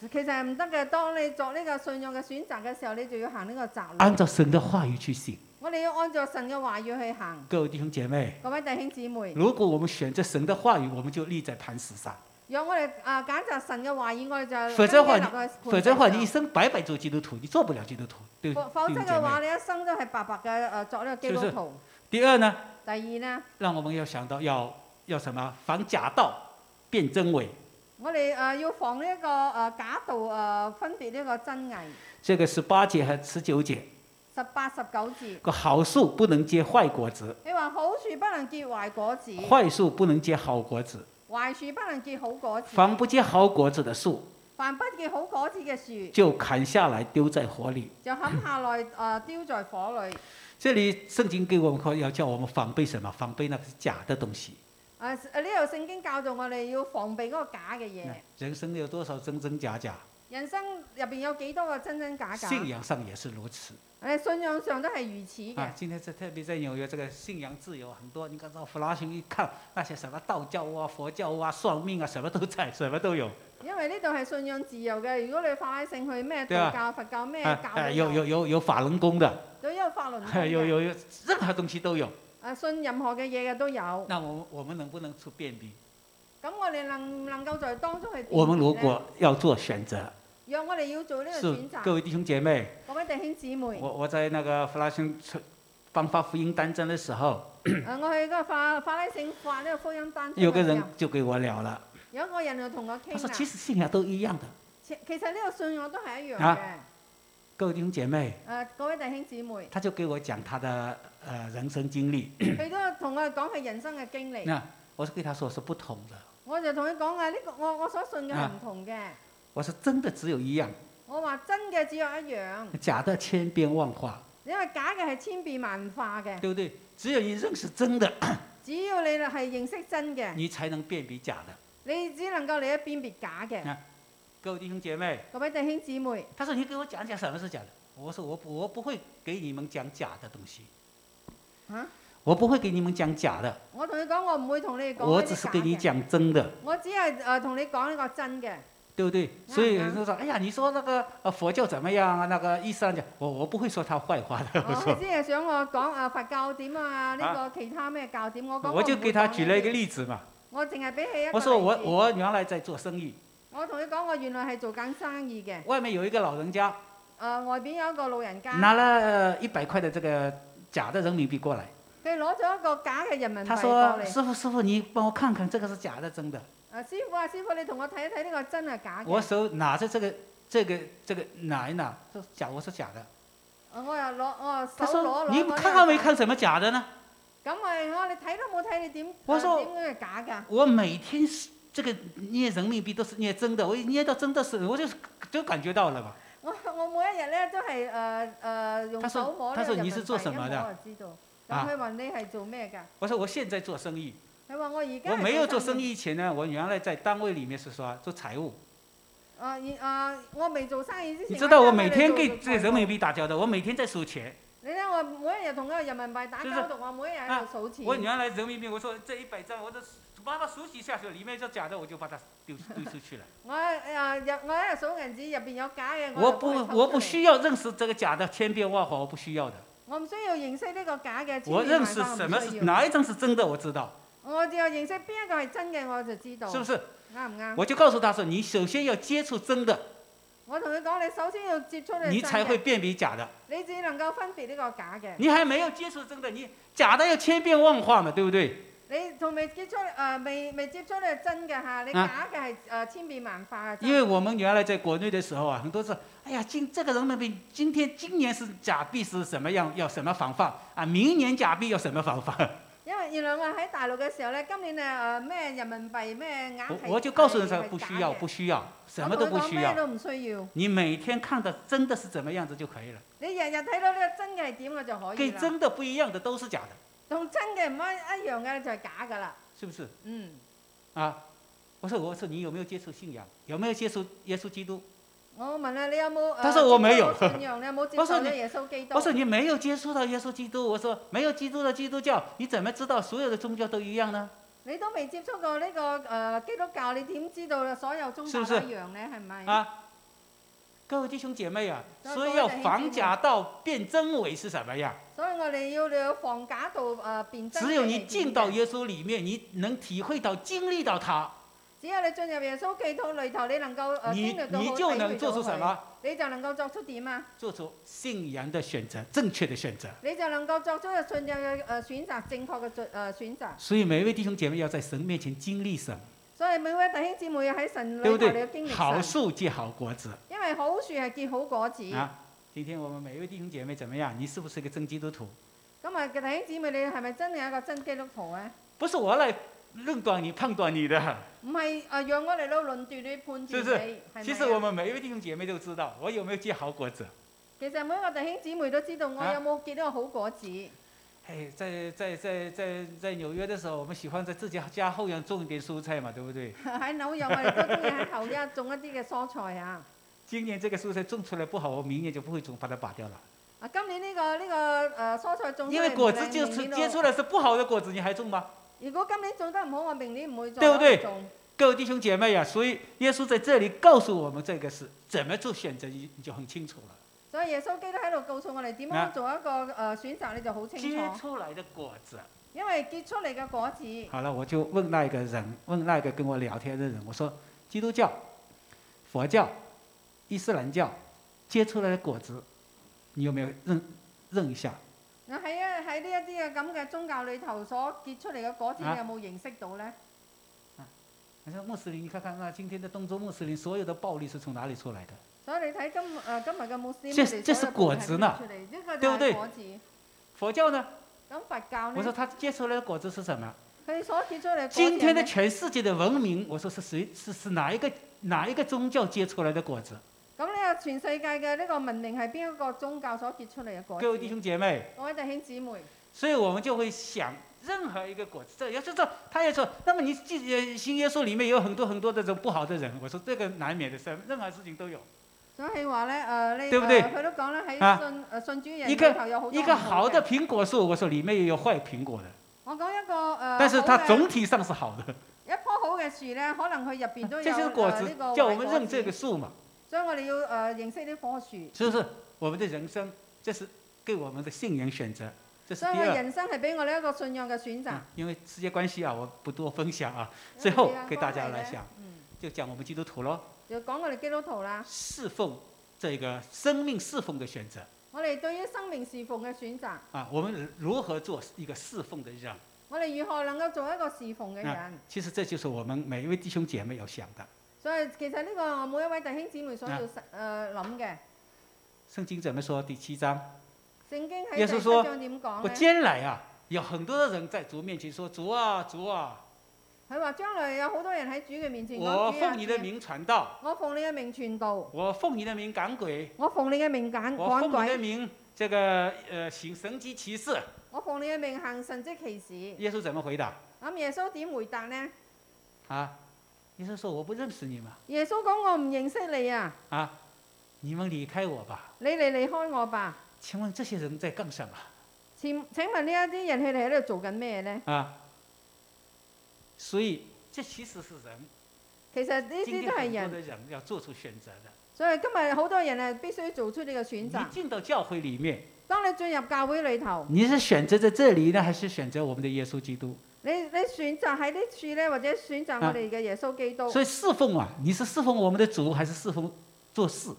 其實係唔得嘅。當你作呢個信仰嘅選擇嘅時候，你就要行呢個窄按路。照神的話語去行。我哋要按照神嘅話語去行。各位弟兄姐妹，各位弟兄姊妹，如果我们选择神的話語，我们就立在磐石上；若我哋啊揀擇神嘅話語，我哋就否則話跟住立去否則的話，盤石你一上生白白做基督徒，你做不了基督徒，对不否对？否弟則兄嘅姐話，妹。你一生都係白白嘅誒作呢個基督是徒。第二呢，第二呢，让我们要想到要要什么？防假道，辨真伪。我哋誒要防呢一呃個誒假道誒分別呢個真偽。这个十八节和十九节，十八十九節，个好树不能结坏果子，你話好樹不能結壞果子，坏树不能结好果子。壞樹不能結好果子。凡不结好果子的树，凡不結好果子嘅樹，就砍下来丢在火里。就冚下來誒、呃丟在火裏。这里圣经给我们说要叫我们防备什么？防备那个是假的东西。啊！呢度聖經教導我哋要防備嗰個假嘅嘢。人生有多少真真假假？人生入邊有幾多個真真假假？信仰上也是如此誒，信仰上都係如此啊嘅。！今天在特别在纽约，这个信仰自由很多。你看到弗拉熊一看，那些什么道教啊、佛教啊、算命啊，什么都在，什么都有。因為呢度係信仰自由嘅，如果你化喺聖去咩對啊道教、佛教咩啊教哎，都有有有有法轮功的，都有法輪功哎 有嘅有有任何东西都有。啊，信任何嘅嘢嘅都有。咁那我们我们能不能出辨别？我哋能唔能夠在當中去辨別我們如呢果要做选择，若我哋要做呢個是選各擇，位弟兄姐妹，各位弟兄 姊妹，我我在那个弗拉熊村颁发福音单张的时候，誒，啊我去嗰個法法拉聖發呢個福音單張有嘅个時人候，就给我聊了，有一個人就同我傾啊他说啦其。实信仰都一样的，其其實呢個信仰都係一樣嘅。誒啊、各位弟兄姐妹，各位弟兄 姊妹，他就给我讲他的呃人生經歷。佢都有同我哋講佢人生嘅經歷。那我是跟他说是不同的，我就同佢講啊，呢、個我我所信嘅係唔同嘅。我说真的只有一样，我話真嘅只有一樣，假的千变万化，因為假嘅係千變萬化嘅。对不对？只有你认識真的，只要你係認識真嘅，你才能辨別假的。你只能夠你一辨別假嘅。各位弟兄姐妹，各位弟兄姊妹，他说你给我讲讲什么是假的，我说我不我不会给你们讲假的东西，啊，我不会给你们讲假的，我同你講，我唔會同你哋講我呢只啲是假给你嘅。讲真的。我只係誒同你講呢個真嘅。对不对？所以嗯嗯就说，哎呀，你说那个呃佛教怎么样啊？那个伊斯兰教，我我不会说他坏话的， 我哦，佢说，只係想我講啊佛教點啊，呢個其他咩教點，我講我就给他举了一个例，例子嘛。我淨係俾佢一個我说我例子我原来在做生意，我同你講，我原來係做緊生意嘅。誒、呃外面有一个老人家外邊有一個老人家，拿了呃一百块的这个假的人民币过来，佢攞咗一個假嘅人民他幣過说：“嚟。师傅，师傅，你帮我看看这个是假的，真的。誒、師傅啊，師傅，你同我睇一睇呢個真係假”嘅。我手拿着这个这个这个拿一拿，这是假，我说假的。呃我又攞我手他攞说攞：“你攞看看没呢個看什么假的呢？咁我係我你睇都冇睇，你點我呃說點解係假㗎？我每天是这个捏人民币都是捏真的，我一捏到真的是，我就就感觉到了嘛。”我我每一日咧都係誒誒他用說手摸他呢說個人你民是幣，做什一麼的摸我就知道。啊咁佢話你係做咩㗎？我说我现在做生意，佢話我而家我没有做生意。意前呢，我原来在单位里面是说做财务，啊而啊，我未做生意之前，你知道我啱啱每嚟天做跟做这財務人民币打交道，我每天在数钱。你睇我每一日同嗰個人民幣打交道，我每一日喺度數錢。啊我原来人民币，我说这一百张，我都把它数洗下去，里面就假的，我就把它丢丢出去 了。我誒入我喺度數銀紙，入邊有假嘅。我就不幫佢抽出嚟我不需要认识这个假的千变万化，我不需要的。我唔需要認識呢個假嘅。我认识什么是事？哪一张是真的，我知道，我只有認識邊一個係真嘅，我就知道是不是？啱唔啱。我就告诉他说，你首先要接触真的，我同佢講，你首先要接觸呢個你真才嘅会辨别假的。你只能夠分別呢個假嘅。你还没有接触真的，你假的要千变万化嘛，对不对？啊你仲未接觸誒、呃未未接觸呢個真嘅嚇，你啊假嘅係誒千變萬化嘅真。因为我们原来在国内的时候啊，很多是，哎呀，今这个人民币今天今年是假币是什么样，要什么防范啊？明年假币要什么防范？因為原來我喺大陸嘅時候咧，今年誒誒咩人民幣咩硬我係我就告诉你係说，不假需要，嘅不需要，什么我都同不佢講需咩要。都唔需要。你每天看的真的是怎么样子就可以了，你日日睇到呢個真嘅係點，我就可以跟啦。真的不一样的都是假的，同真嘅唔一一樣嘅就係假㗎啦。 是不是嗯，啊？我说我说你有没有接触信仰？有没有接触耶稣基督？我問啦，你有冇？他誒說我沒有接受到信仰，你有冇接我受說到你耶穌基督？我说你没有接触到耶稣基督，我说没有基督的基督教，你怎么知道所有的宗教都一样呢？你都未接觸過呢、個誒、呃基督教，你點知道所有宗教是不是都一樣咧？係咪？啊，各位弟兄姐妹啊，那所以各位要弟兄防姐妹假道辨真伪是什么呀？所以我哋要你要防假道誒、呃、辨真。只有你进到，耶稣里面，你能体会到、经历到他，只有你進入耶穌基督裏頭，你能夠誒、呃、你經歷到你好就體能會做到出什佢？么？你就能夠作出點啊？做出信仰的选择，正确的选择。你就能夠作出嘅信任嘅誒選擇，正確嘅選誒選擇。所以每一位弟兄姐妹要在神面前经历神，所以每位弟兄姊妹要喺神裏对不頭，你要經对？歷好神。树结好果子因為好樹係結好果子，啊！今天我们每一位弟兄姐妹怎么样？你是不是一个真基督徒？咁啊，弟兄姊妹，你係咪真係一個真基督徒啊咧？不是我来论断你、判断你的。唔係啊，讓我嚟到論斷你、判斷是不是你，係其咪实我啊们每一位弟兄姐妹都知道，我有没有结好果子？其實每一個弟兄姊妹都知道我啊有冇結到好果子。 哎，在在在在在纽约的时候，我们喜欢在自己家后院种一点蔬菜嘛，对不 对？喺紐約，我哋都中意喺後一種一啲嘅蔬菜啊。今年这个蔬菜种出来不好，我明年就不会种，把它拔掉了。啊，今年呢、個呢、個呃蔬菜種得因为唔果靚子就明是年结都出來是不好的果子，你还种吗？如果今年種得唔好，我明年唔會再對不對攞嚟種。各位弟兄姐妹呀、所以耶穌在这里告诉我们这个事，怎么做选择，你你就很清楚了。所以耶穌基督喺度告訴我哋點啊樣做一個誒、呃、選擇，你就好清结楚。出来的果子。因為結出嚟嘅果子，好了，我就问那个人，问那个跟我聊天的人，我说，基督教、佛教、伊斯兰教结出来的果子，你有没有认认一下？嗱喺一喺呢一啲嘅咁嘅宗教裏頭所結出嚟嘅果子，啊你有冇認識到呢？你说穆斯林，你看看那今天的东周穆斯林所有的暴力是从哪里出来的？所以你睇今誒、呃今日嘅穆斯林，這我哋這所是有嘅果部分子係呢結出嚟，呢個對就不對係果子。佛教呢？咁佛教我说呢，他结出来的果子是什么？佢所結出嚟嘅果子今天係的咩全世界的文明，我说是谁是是哪一个哪一个宗教结出来的果子？咁呢個全世界嘅呢個文明係邊一個宗教所結出嚟嘅果子？各位弟兄姐妹，各位弟兄姊妹，所以我们就会想，任何一个果子，这也就是说，他也说，那么你记呃，新耶稣里面有很多很多这种不好的人，我说这个难免的事，任何事情都有。所以話咧誒，你對不對呃佢都講啦，喺啊信誒信主人一個裏頭有好多一个唔好嘅的苹果树，我说里面也有坏苹果的，我講一個誒，呃但是好它嘅总体上是好的。一棵好嘅樹咧，可能佢入邊都有这些果呃子呢個叫我壞们果认子这个树嘛，所以我哋要誒、呃、認識呢棵樹。是不是？我们的人生，这是给我们的信仰选择，这是所以第我二。人生係俾我呢一個信仰嘅選擇嗯。因为时间关系啊，我不多分享啊，因為最後時間給大關家係來呢想，嗯，啊就讲我们基督徒咯，就講我哋基督徒啦。侍奉这个生命侍奉的选择。我哋對於生命侍奉嘅選擇，啊，我们如何做一个侍奉的人？我哋如何能夠做一個侍奉嘅人？啊其实这就是我们每一位弟兄姐妹要想的。所以其實呢個我每一位弟兄姊妹所啊要誒諗嘅。圣经怎么说？第七章，聖經喺耶第穌七說章點講我咧？将来啊，有很多的人在主面前说：“主啊，主啊，佢話將來有好多人喺主嘅面前我講主啊奉你的主啊名传道，我奉你嘅名傳道，我奉你的名赶鬼，我奉你嘅名揀我趕奉你的鬼，名这个呃行神迹奇事。我奉你嘅名行神蹟奇事”。耶稣怎么回答？咁耶穌點回答呢？啊，耶稣说：“我不认识你们耶穌講：我唔認識你啊，啊，你们离开我吧。你嚟離開我吧。”请问这些人在干什么？請請問呢一啲人佢哋喺度做緊咩呢？啊，所以这其实是人其實呢今啲天都係很多人，的人要做出选择的。所以今日好多人係必須做出呢個選擇你。进到教会里面，當你進入教會裏頭，你是选择在这里呢，还是选择我们的耶稣基督？你你選擇喺呢處呢，或者選擇我哋嘅耶穌基督。所以侍奉啊，你是侍奉我们的主，还是侍奉做事？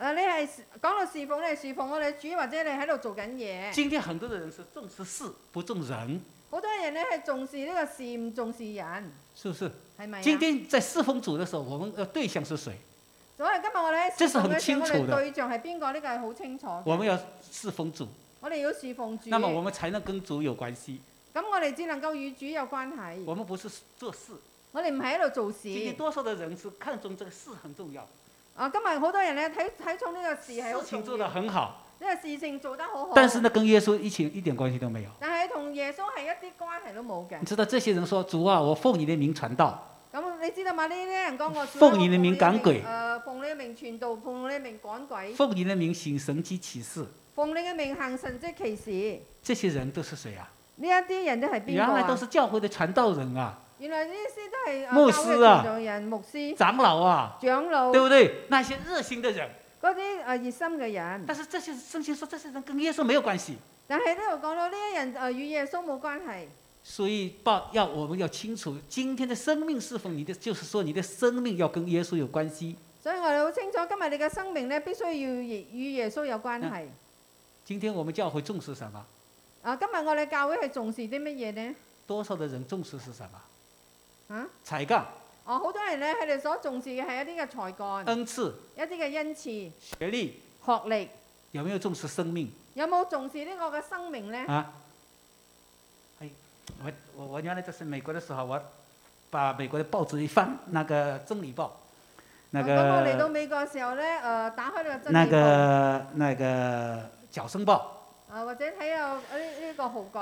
誒，你係講到侍奉，你係侍奉我哋主，或者你喺度做緊嘢。今天很多的人是重视事不重人，好多人呢係重視呢個事，唔重視人，是不是？係咪啊？今天在侍奉主的时候，我们的对象是谁？所以今日我哋喺這侍是奉很嘅時清候，楚我的哋對象係邊個？呢個係好清楚嘅。我们要侍奉主，我哋要侍奉主，那么咁我们才能跟主有关系。我哋只能夠與主有關係。我们不是做事。我哋唔係喺度做事今。天多数的人是看重这个事很重要，啊，今日好多人咧睇睇重呢個事係好事情做重得要，呢很好，個事情做得好好。但是，呢，跟耶稣一起一点关系都没有。但係同耶穌係一啲關係都冇嘅你。知道这些人说：“主啊，我奉你的名传道。咁你知道嘛？呢啲人講我主奉你的名趕鬼誒、呃奉你嘅名傳道，奉你嘅名趕”鬼，奉你的名行神迹奇事，奉你嘅名行神蹟奇事。这些人都是谁啊？呢一啲人都係邊原個来都啊？是教会的传道人啊、原來呢啲都係牧師啊教會嘅傳道人、牧師、长老啊，長老对嗰不对？那些热心的人，啲誒熱心嘅人。但是这些圣经说這些人跟耶稣没有关系，但係呢度講到呢一人誒與耶穌冇關係，所以报要我们要清楚，今天的生命侍奉你的，就是说你的生命要跟耶稣有关系。所以我哋好清楚今日你嘅生命咧必須要與耶穌有關係。今天我们教会重视什么？啊，今日我哋教會係重視啲乜嘢呢？多少的人重视是什么？啊，才干、呃哦，好多人咧，佢哋所重視嘅係一啲嘅才幹，恩赐、一啲嘅恩賜、学历、學歷，有没有重视生命有冇重視呢個嘅生命呢？啊？哎，我我我原来在是美国的时候，我把美国的报纸一翻，那个《真理报》，那啊咁我嚟到个美國嘅時候呢，誒、打開呢個真理那報个那个《角聲报啊，或者睇下呢呢個號角。》，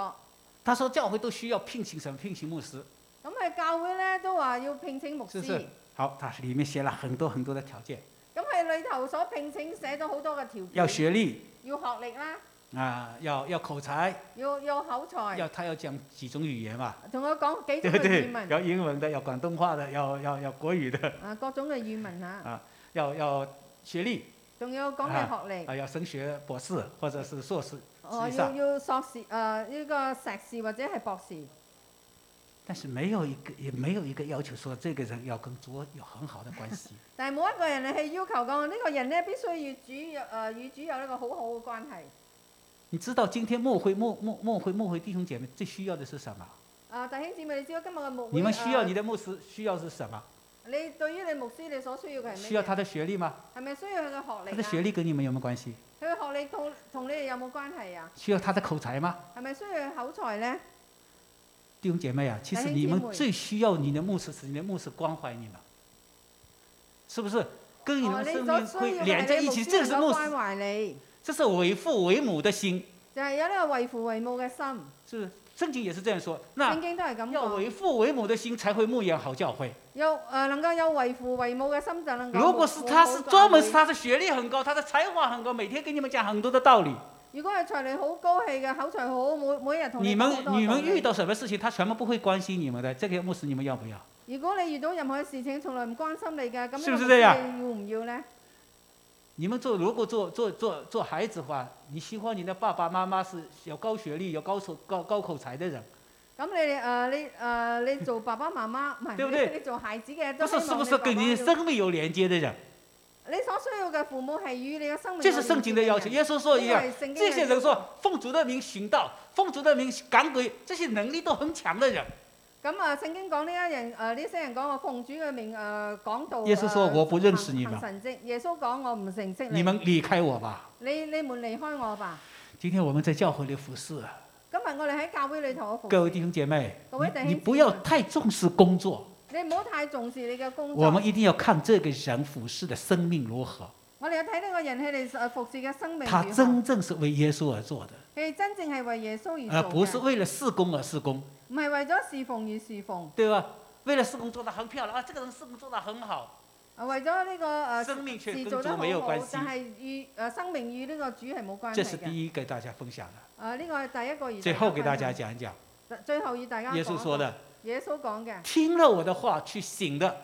他说教会都需要聘请什么聘请牧师，咁佢教會呢都話要聘請牧是不師，是？好，它里面写了很多很多的条件，咁佢裏頭所聘請寫咗好多嘅條件，要学历要學歷啦，啊，要要口才，要要口才，要他要讲几种语言嘛，同我講幾对種不嘅对語？文，要英文的，要广东话的，要要要國語的，啊各種嘅語文嚇，要要学歷仲要講嘅學歷，啊，要升學博士或者是碩士。哦事實要要碩士誒呢個碩士或者係博士，但是没有一个也没有一个要求说这个人要跟主有很好的關係。 但係冇一個人係要求講呢個人呢必須與主有誒與主有呢個好好嘅關係。你知道今天末會末末末會末會弟兄姐妹最需要的是什麼？啊，弟兄姊妹，你知道今日嘅牧會，你們需要啊你的牧師需要是什麼？你對於你牧師你所需要嘅係咩嘢？需要他的學歷嗎？係咪需要佢嘅學他歷的啊？學歷跟你們有沒有關係？佢嘅學歷同同你哋有冇關係啊？需要他的口才嗎？係咪需要佢口才呢？弟兄姐妹啊，其哎实弟你兄们姐妹最需要你的牧师是你的牧师关怀你们，是不是？跟你哦，们你生所命需会要连在係你一牧起，師这是能牧夠师關懷你，这是为父为母的心，就係有呢個為父為母嘅心。是不是？圣经也是这样说，那聖經都係咁要講，为父为母的心才会牧养好教会。有誒、呃能夠有為父為母嘅心就能夠如果是牧他牧是好专门是教會他的学历很高，他的才华很高，每天跟你们讲很多的道理，如果係才嚟好高氣嘅，口才好，每每日同你講们好多你道们理遇到什么事情，他全部不会关心你们的。这个牧师你们要不要？如果你遇到任何事情從來唔關心你嘅，咁是不是呢個牧這樣師你要唔要呢？你们做如果做做做做孩子的话，你希望你的爸爸妈妈是有高学历、有高手高高口才的人，咁你哋誒你誒你做爸爸媽媽唔係，對不你對你做孩子嘅不都是希是望不是爸跟爸你的要生命有连接的人？你所需要嘅父母係與你嘅生命这有連接嘅是人。圣经的要求。耶稣说一呢個样，係聖經这嘅些要人求说奉主的名行道、奉主的名赶鬼，这些能力都很强的人。咁啊，聖經講呢一人誒呢些人講我奉主嘅名誒講道。耶穌說呃我不認識你們行神蹟，耶穌講我唔認識你你。们离开我吧。你你們離開我吧。今天我们在教会里服侍，啊今日我哋喺教會裏頭我服各位弟侍兄姐妹，各位弟你兄你姊妹不要太重视工作，你唔好太重視你嘅工作。我们一定要看这个人服侍的生命如何，我哋要睇呢個人喺你服侍嘅生命如何他真正是为耶稣而做的。佢真正係為耶穌而而做不是嘅为了事工而事工，唔係為咗侍奉而侍奉，对吧？为了事工做得很漂亮啊，这个人事工做得很好，啊為咗呢個誒生命却事跟做得主好没有关好，系但。係與誒生命與呢個主係冇關这係是嘅。第一给大家分享的。啊，呢個係第一個而最后给大分家享讲一讲，最後與大家耶稣講说的耶穌講嘅：“，听了我的话去行的，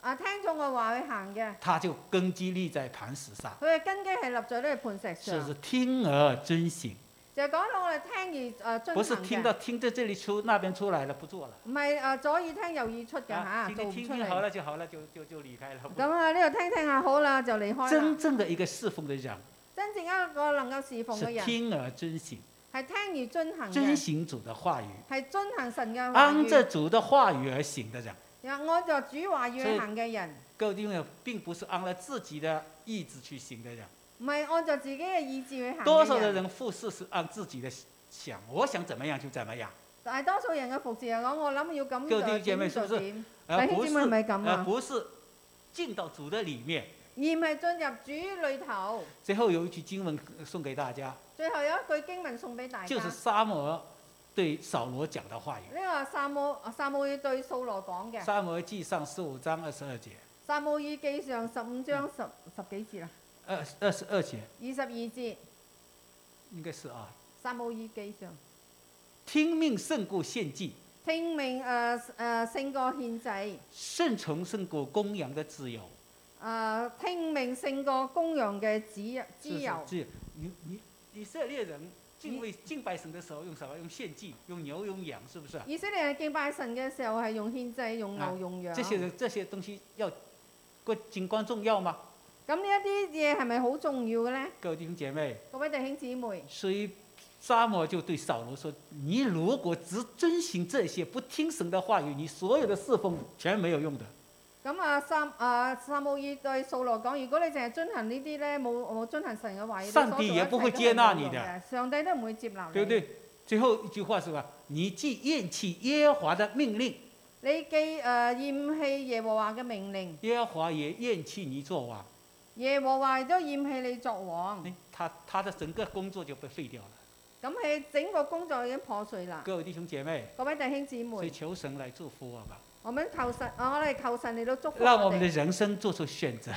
啊聽咗我話佢行嘅，他就根基立在磐石上。佢嘅根基係立在呢個磐石”是上，是听而遵行，就係講到我哋聽而誒呃不遵是行听嘅到，聽到这里出那边出来了不做了唔係誒左耳聽右耳出嘅啊，嚇，听做听唔听出听好嚟。了就好了，就就就离开了。不咁啊呢度聽聽下好啦，就離開啦。真正的一个侍奉的人真正一個能夠侍奉是嘅人，听而遵行，係聽而遵行遵嘅，行主的话语，係遵行神嘅話按着語，主的话语而行的人。又按照主話語去行嘅人，各位弟兄友，并不是按了自己的意志去行的人。唔係按照自己嘅意志去行多数嘅的人。人服侍是按自己的想，我想怎么样就怎么样，大多數人嘅服侍係講，我諗要咁各位弟兄就姐妹點是不就是點。而弟兄不姊是妹係咪咁而啊？不是进到主的里面。而唔係進入主裏頭。最后有一句經文呃送给大家，最後有一句經文送俾大家，就是呢、沙摩对扫罗讲的话语。個撒母啊撒母耳對掃羅講嘅，沙摩记上十五章二十二节，撒母耳記上十五章十十幾節啦，二二十二节二十二節，应该是啊。撒母耳記上听命胜过献祭，聽命誒誒勝過獻祭，顺从胜过公羊的自由。誒、聽命勝過公羊嘅指是之由。是是你你以色列人敬畏敬拜神的时候用什么？用献祭，用牛，用羊，是不是？以色列人敬拜神嘅時候係用獻祭、用啊牛、用羊。这些人这些东西要过景观重要吗？咁呢一啲嘢係咪好重要嘅呢？各位弟兄姐妹，各位弟兄姊妹，所以沙漠就对扫罗说：“你如果只遵行这些，不听神的话语，你所有的侍奉全没有用的。咁啊，撒啊撒母耳對掃羅講：如果你淨係遵行呢啲咧，冇冇遵行神嘅話，你所上帝做也一不切會都接係納冇你用的嘅上帝都唔會接納你，对不对？最后一句话是吧？你既厌弃耶和华的命令，你既誒、呃、厭棄耶和華嘅命令，耶和华也厌弃你做王，耶和華亦都厭棄你作王，哎他他的整个工作就被废掉了。咁佢整個工作已經破碎啦。各位弟兄姐妹，各位弟兄姊所以妹，求神来祝福我们，我們求神，啊我哋求神嚟到祝福让我我们的哋，人生做出选择，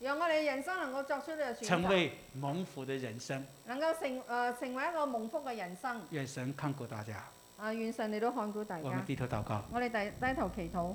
讓我哋人生能夠作出呢個選成擇，为蒙福的人生。能夠成誒、呃成為一個蒙福嘅人生。愿神看顾大家，啊，願神嚟到看顧大我们家。低头祷告。我哋低低頭祈禱，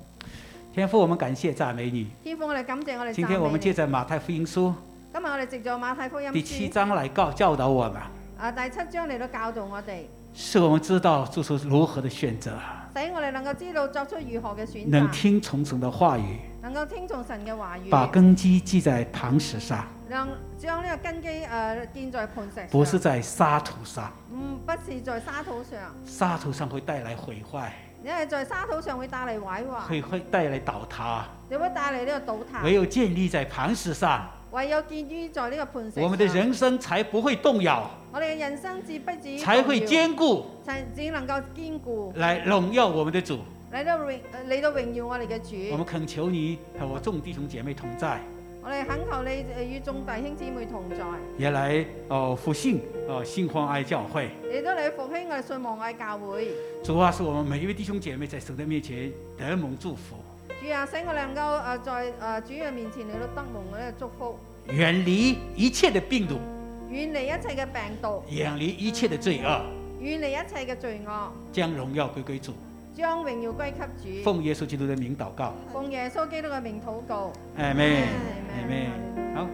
天父，我们感谢赞美你。天父，我哋感謝我哋今讚天我美们借你。着马太福音书今日我哋藉助馬太福音第七書章来告教导我们，啊第七章嚟到教導我哋，使我们知道做出如何的选择，使我哋能夠知道作出如何嘅選能擇，听从神的话语，能夠聽從神嘅話把語，根基记在磐石上，讓將呢個根基誒、呃建在磐石上，不是在沙土上。嗯不是在沙土上，沙土上会带来毁坏，因為在沙土上會帶嚟毀壞，会会带来倒塌。你會帶嚟呢個倒塌唯。有建立在磐石上，唯有建於在呢個磐石上，我们的人生才不会动摇，我哋嘅人生至不止才会動搖，坚固，才只能夠堅固。来荣耀我们的主。嚟到榮嚟到榮耀我哋嘅我主，们恳求你和我众弟兄姐妹同在，我哋懇求你呃與眾弟兄姊妹同在，也来哦复兴哦新欢爱教会。亦都你復興我哋信望愛教會。主啊，是我们每一位弟兄姐妹在神的面前得蒙祝福，主啊，使我哋能夠呃在呃主嘅面前嚟到得蒙我哋嘅祝福，远离一切的病毒，遠離一切嘅病毒，远离一切的罪恶，遠離一切嘅罪惡，将榮耀归归主。將榮耀歸給主。奉耶稣基督的名祷告，奉耶穌基督嘅名禱告。阿门， Amen 阿门。